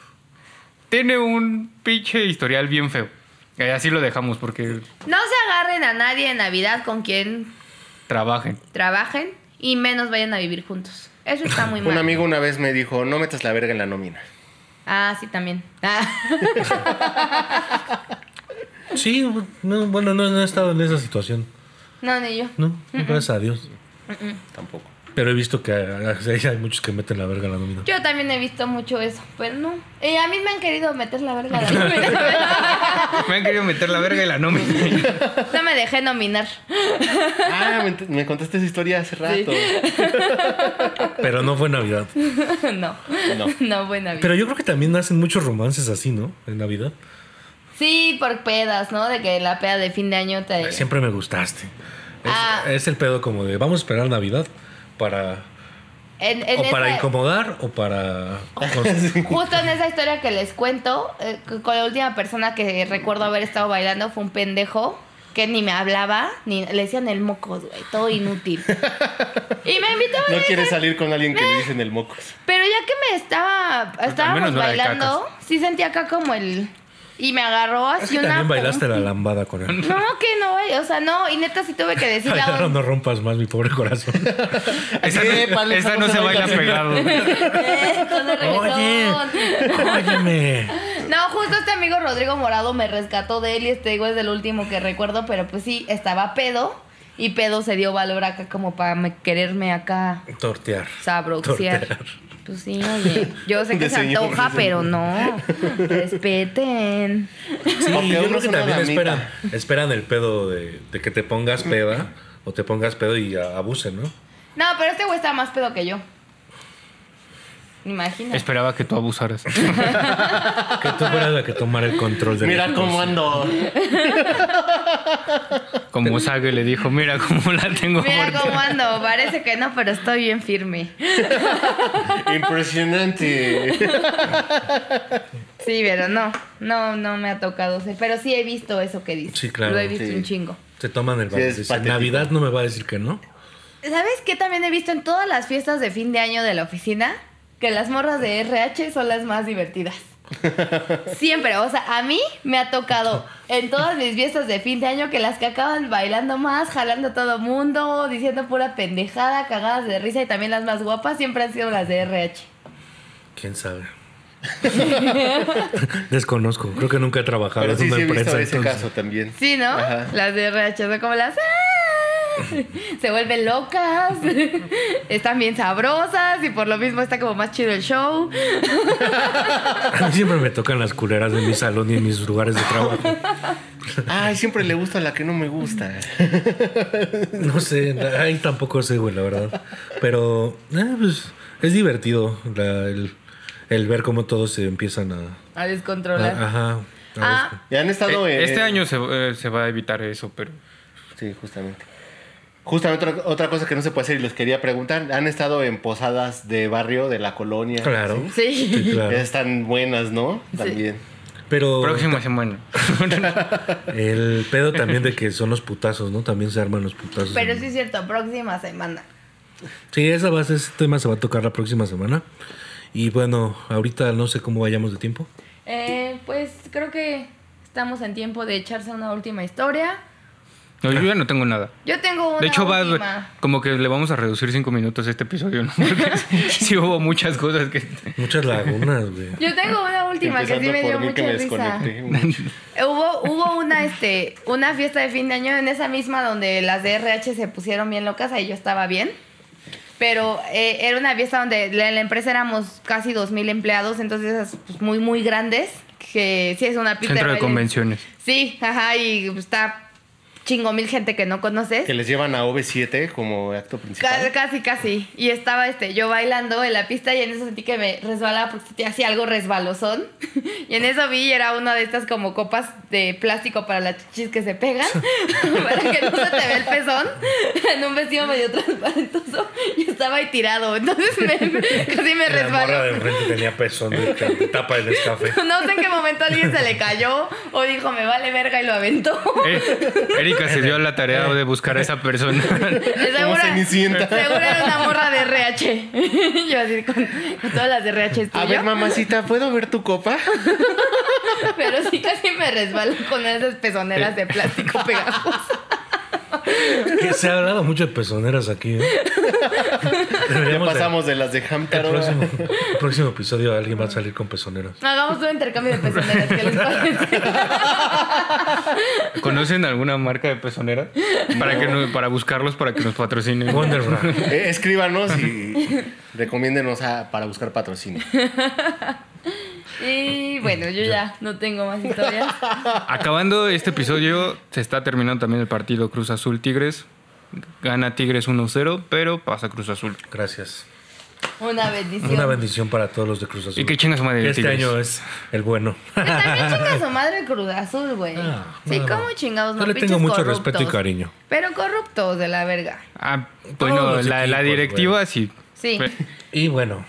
C: tiene un pinche historial bien feo. Eh, así lo dejamos, porque
F: No se agarren a nadie en Navidad con quien
C: trabajen.
F: trabajen y menos vayan a vivir juntos. Eso está muy mal.
D: Un amigo una vez me dijo, no metas la verga en la nómina.
F: Ah, sí, también. Ah,
E: Sí, no, bueno, no, no he estado en esa situación.
F: no, ni yo.
E: No, gracias a Dios.
D: Tampoco.
E: Pero he visto que hay hay muchos que meten la verga en la nómina.
F: Yo también he visto mucho eso, pero no. Y a mí me han querido meter la verga a la nómina.
C: Me han querido meter la verga y la nómina.
F: No me dejé nominar.
D: Ah, me, ent- me contaste esa historia hace rato.
E: Pero no fue Navidad.
F: No.
D: No.
F: No, buena vida.
E: Pero yo creo que también hacen muchos romances así, ¿no? En Navidad.
F: Sí, por pedas, ¿no? De que la peda de fin de año te.
E: Siempre me gustaste. Es,
F: Ah.
E: es el pedo como de vamos a esperar Navidad para
F: En- en
E: o para
F: esa-
E: incomodar o para
F: Justo en esa historia que les cuento, eh, con la última persona que recuerdo haber estado bailando fue un pendejo que ni me hablaba, ni le decían el moco, güey, todo inútil. Y me invitaba a
D: No
F: bailar,
D: quieres salir con alguien que le dicen el mocos.
F: pero ya que me estaba, estábamos
C: menos no era de
F: bailando, sí sentía acá como el... Y me agarró así
E: Es que
F: una...
E: también bailaste
F: pum-
E: la lambada con él.
F: No, que no, güey, o sea, no, y neta sí tuve que decirle a
E: Ay, no,
F: un-
E: no rompas más mi pobre corazón.
C: Esa
D: Eh,
C: no,
D: palo,
C: esa no se baila pegado.
F: Eh, todo de
E: Oye,
F: reggaetón.
E: óyeme.
F: No, justo este amigo Rodrigo Morado me rescató de él y este digo es del último que recuerdo, pero pues sí, estaba pedo y pedo se dio valor acá como para me- quererme acá
E: Tortear.
F: sabroxear.
E: Tortear.
F: Pues sí, oye, yo sé que
D: De
F: se
D: señor,
F: antoja,
D: de
F: pero no. Respeten.
E: Sí,
D: Porque
E: yo
D: uno
E: creo
D: es
E: que
D: una
E: también
D: damita.
E: esperan, esperan el pedo de, de que te pongas peda o te pongas pedo y a- abusen, ¿no?
F: No, pero este güey estaba más pedo que yo. Imagínate.
C: Esperaba que tú abusaras.
E: Que tú fueras la que tomara el control de
D: Mira
E: la
D: cómo ando.
C: Como Sage le dijo, mira cómo la tengo
F: Mira
C: muerta.
F: cómo ando, parece que no, pero estoy bien firme.
D: Impresionante.
F: Sí, pero no, no, no me ha tocado ser. Pero sí he visto eso que dice.
E: Sí, claro.
F: Lo he visto
D: Sí.
F: un chingo.
E: Te toman el
D: Sí,
E: balón.
D: es
E: Dicen,
D: patético.
E: Navidad no me va a decir que no.
F: ¿Sabes qué también he visto en todas las fiestas de fin de año de la oficina? Que las morras de RH son las más divertidas. Siempre, o sea, a mí me ha tocado en todas mis fiestas de fin de año que las que acaban bailando más, jalando a todo mundo, diciendo pura pendejada, cagadas de risa y también las más guapas siempre han sido las de RH.
E: ¿Quién sabe? Desconozco. Creo que nunca he trabajado
D: Pero
E: en
D: sí,
E: una
D: sí he visto
E: empresa.
D: ese
E: entonces.
D: caso también.
F: Sí, ¿no?
D: Ajá.
F: Las de RH son como las... ¡ah! Se vuelven locas, están bien sabrosas y por lo mismo está como más chido el show.
E: A mí siempre me tocan las culeras de mi salón y en mis lugares de trabajo.
D: Ay, siempre le gusta la que no me gusta.
E: No sé, ahí tampoco sé, güey, la verdad. Pero eh, pues, es divertido la- el, el ver cómo todos se empiezan a.
F: A
E: a-
F: descontrolar.
E: ajá. a-
F: Ah,
D: Ya han estado
C: Eh,
D: en-
C: Este año se, eh, se va a evitar eso, pero
D: Sí, justamente. Justamente otra, otra cosa que no se puede hacer y los quería preguntar. ¿Han estado en posadas de barrio, de la colonia?
E: claro.
F: Sí.
E: claro.
D: Esas están buenas, ¿no?
F: Sí.
D: También.
E: Pero
C: próxima semana.
E: el pedo también de que son los putazos, ¿no? También se arman los putazos.
F: pero
E: en-
F: sí es cierto, próxima semana.
E: Sí, esa va a ser- ese tema se va a tocar la próxima semana. Y bueno, ahorita no sé cómo vayamos de tiempo.
F: Eh, pues creo que estamos en tiempo de echarse una última historia.
C: No, yo ya no tengo nada.
F: Yo tengo una
C: De hecho, va
F: última.
C: como que le vamos a reducir cinco minutos a este episodio, ¿no? Porque sí hubo muchas cosas que.
E: Muchas lagunas, güey.
F: Yo tengo una última que sí
D: Empezando
F: me dio
D: por mí que
F: mucha
D: me
F: risa.
D: desconecté. mucho.
F: Hubo, hubo una, este, una fiesta de fin de año en esa misma donde las de RH se pusieron bien locas, ahí yo estaba bien. Pero eh, era una fiesta donde la, la empresa éramos casi 2.000 empleados, entonces esas pues, muy, muy grandes, que sí es una pista
C: Centro de
F: baile.
C: convenciones.
F: Sí, ajá, y está chingo mil gente que no conoces.
D: Que les llevan a OV7 como acto
F: Ca-
D: principal.
F: Casi, casi. Y estaba este, yo bailando en la pista y en eso sentí que me resbalaba porque sentía así algo resbalosón. Y en eso vi y era una de estas como copas de plástico para las chichis que se pegan, para que no se te ve el pezón, en un vestido medio transparentoso. Y estaba ahí tirado, entonces me- me- casi me
E: La morra de
F: resbaló.
E: enfrente tenía pezón de, de tapa del escafe.
F: No sé en qué momento a alguien se le cayó o dijo, me vale verga y lo aventó.
C: Eh, Erika se dio a la tarea de buscar a esa persona.
F: Seguro,
D: Cenicienta.
F: seguro era una morra de RH. Yo así con, con todas las de RH
D: A ver,
F: tuyo.
D: mamacita, ¿puedo ver tu copa?
F: Pero sí casi me resbalo con esas pezoneras de plástico pegajosa.
E: Que se ha hablado mucho de pezoneras aquí. ¿eh?
D: Ya
E: Deberíamos de-
D: pasamos de las de Hamtaro.
E: el próximo, el próximo episodio alguien va a salir con pezoneras.
F: Hagamos un intercambio de pezoneras. ¿Qué les parece?
C: ¿Conocen alguna marca de pezonera? Para, que no- para buscarlos, para que nos patrocinen.
E: Wonderbra.
D: Eh, escríbanos y recomiéndenos a- para buscar patrocinio.
F: Y bueno, yo ya no tengo más historias.
C: Acabando este episodio, se está terminando también el partido Cruz Azul Tigres. Gana Tigres 1-0, pero pasa Cruz Azul.
E: Gracias.
F: Una bendición.
E: Una bendición para todos los de Cruz Azul.
C: Y que chinga su madre,
E: Este
C: Tigres.
E: año es el bueno.
F: Que también chinga su madre el Cruz Azul, güey.
E: Ah,
F: sí,
E: no,
F: ¿cómo
E: no.
F: chingados?
E: Yo
F: No
E: le tengo
F: pinches
E: mucho
F: corruptos.
E: respeto y cariño.
F: Pero corruptos de la verga.
C: Ah,
E: Todos
C: bueno,
E: los
C: la, la
E: equipos,
C: directiva
E: güey.
C: sí.
F: Sí.
C: Pe-
E: Y bueno,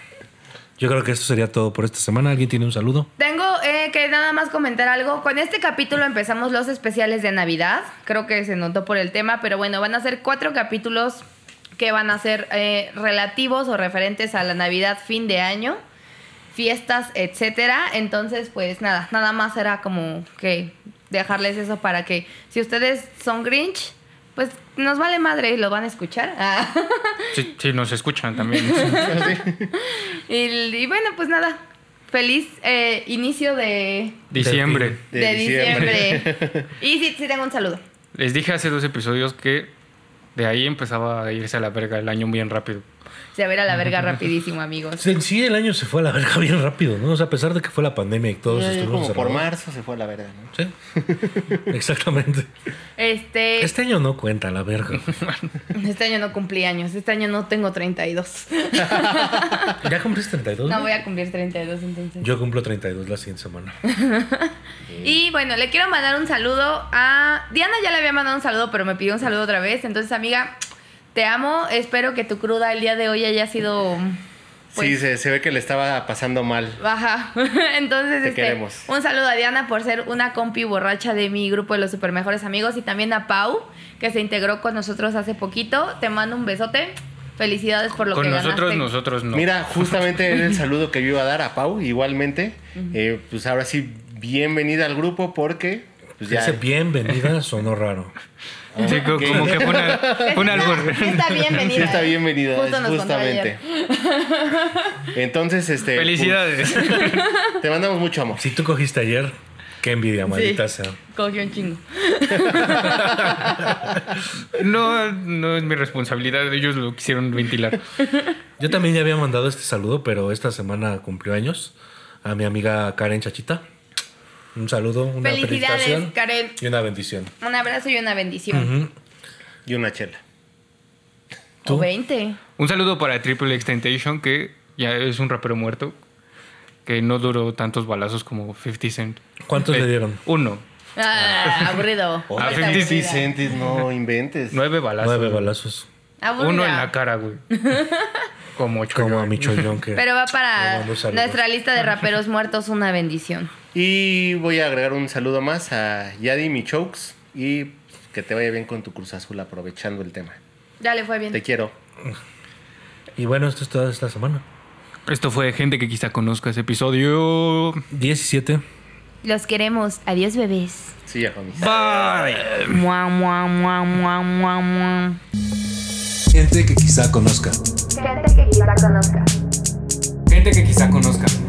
E: yo creo que esto sería todo por esta semana. ¿Alguien tiene un saludo?
F: Tengo eh, que nada más comentar algo. Con este capítulo empezamos los especiales de Navidad. Creo que se notó por el tema, pero bueno, van a ser cuatro capítulos que van a ser eh, relativos o referentes a la Navidad, fin de año, fiestas, etcétera. Entonces, pues nada, nada más era como que dejarles eso para que si ustedes son Grinch, pues nos vale madre y lo van a escuchar. Ah.
C: Sí, sí, nos escuchan también.
F: y, y bueno, pues nada. Feliz eh, inicio de
C: Diciembre.
D: De
F: De,
D: diciembre.
F: diciembre. y sí, sí tengo un saludo.
C: Les dije hace dos episodios que de ahí empezaba a irse a la verga el año bien rápido.
F: Se va a ir a la verga rapidísimo, amigos.
E: En sí, el año se fue a la verga bien rápido, ¿no? O sea, a pesar de que fue la pandemia y todos
D: Ya, ya
E: estuvimos
D: como por
E: encerrados.
D: marzo se fue a la verga, ¿no?
E: Sí, exactamente.
C: Eh.
F: Este, este,
E: Este año no cuenta, la verga.
F: año no cumplí años. Este año no tengo 32.
E: ¿Ya cumpliste 32?
F: No voy a cumplir 32 entonces.
E: Yo cumplo 32 la siguiente semana.
F: Y bueno, le quiero mandar un saludo a... Diana ya le había mandado un saludo, pero me pidió un saludo otra vez. Entonces, amiga, te amo. Espero que tu cruda el día de hoy haya sido... pues,
D: sí, se, se ve que le estaba pasando mal.
F: Baja. Entonces,
D: Te
F: este,
D: queremos.
F: un saludo a Diana por ser una compi borracha de mi grupo de los super mejores amigos y también a Pau, que se integró con nosotros hace poquito. Te mando un besote. Felicidades por lo
C: Con
F: que
C: nosotros,
F: ganaste.
C: nosotros no.
D: Mira, justamente era el saludo que yo iba a dar a Pau, igualmente. Eh, pues ahora sí, bienvenida al grupo porque... Pues ya,
E: Dice bienvenida, sonó raro.
C: Sí, co-
D: ok.
C: como que fue una, fue un
F: Está-
C: albur.
F: Está bienvenida.
D: Sí, está
F: eh.
D: bienvenida,
F: Justo nos contó
D: justamente.
F: ayer.
D: Entonces, este...
C: Felicidades.
D: pues, te mandamos mucho amor.
E: Si tú cogiste ayer, qué envidia, maldita
F: Sí.
E: sea.
F: Cogió un chingo.
C: No, no es mi responsabilidad, ellos lo quisieron ventilar.
E: Yo también ya había mandado este saludo, pero esta semana cumplió años a mi amiga Karen Chachita. Un saludo, una
F: Felicidades,
E: felicitación
F: Karen.
E: y una bendición.
F: Un abrazo y una bendición.
E: Ujú.
D: Y una chela.
E: ¿Tú?
F: O 20.
C: Un saludo para Triple Extentation, que ya es un rapero muerto, que no duró tantos balazos como 50 Cent.
E: ¿Cuántos
C: Eh,
E: le dieron?
C: Uno.
F: Ah, aburrido.
C: Ah,
F: Otra
C: 50
F: aburrida.
D: Vicentes, no inventes.
C: Nueve balazos.
E: Nueve balazos.
F: Aburrida.
C: Uno en la cara, güey. Como ocho.
E: Como a
C: güey.
E: mi chollón que...
F: Pero va
E: Le
F: para
E: mando saludos.
F: nuestra lista de raperos muertos una bendición.
D: Y voy a agregar un saludo más a Yadi Michokes y que te vaya bien con tu Cruz Azul aprovechando el tema.
F: Ya le fue bien.
D: Te quiero.
E: Y bueno, esto es toda esta semana.
C: Esto fue gente que quizá conozca ese episodio.
E: 17.
F: Los queremos. Adiós, bebés.
D: Sí, ya, homies.
C: Bye.
F: Mua, mua, mua, mua, mua, mua.
E: Gente que quizá conozca.
B: Gente que quizá conozca.
C: Gente que quizá conozca.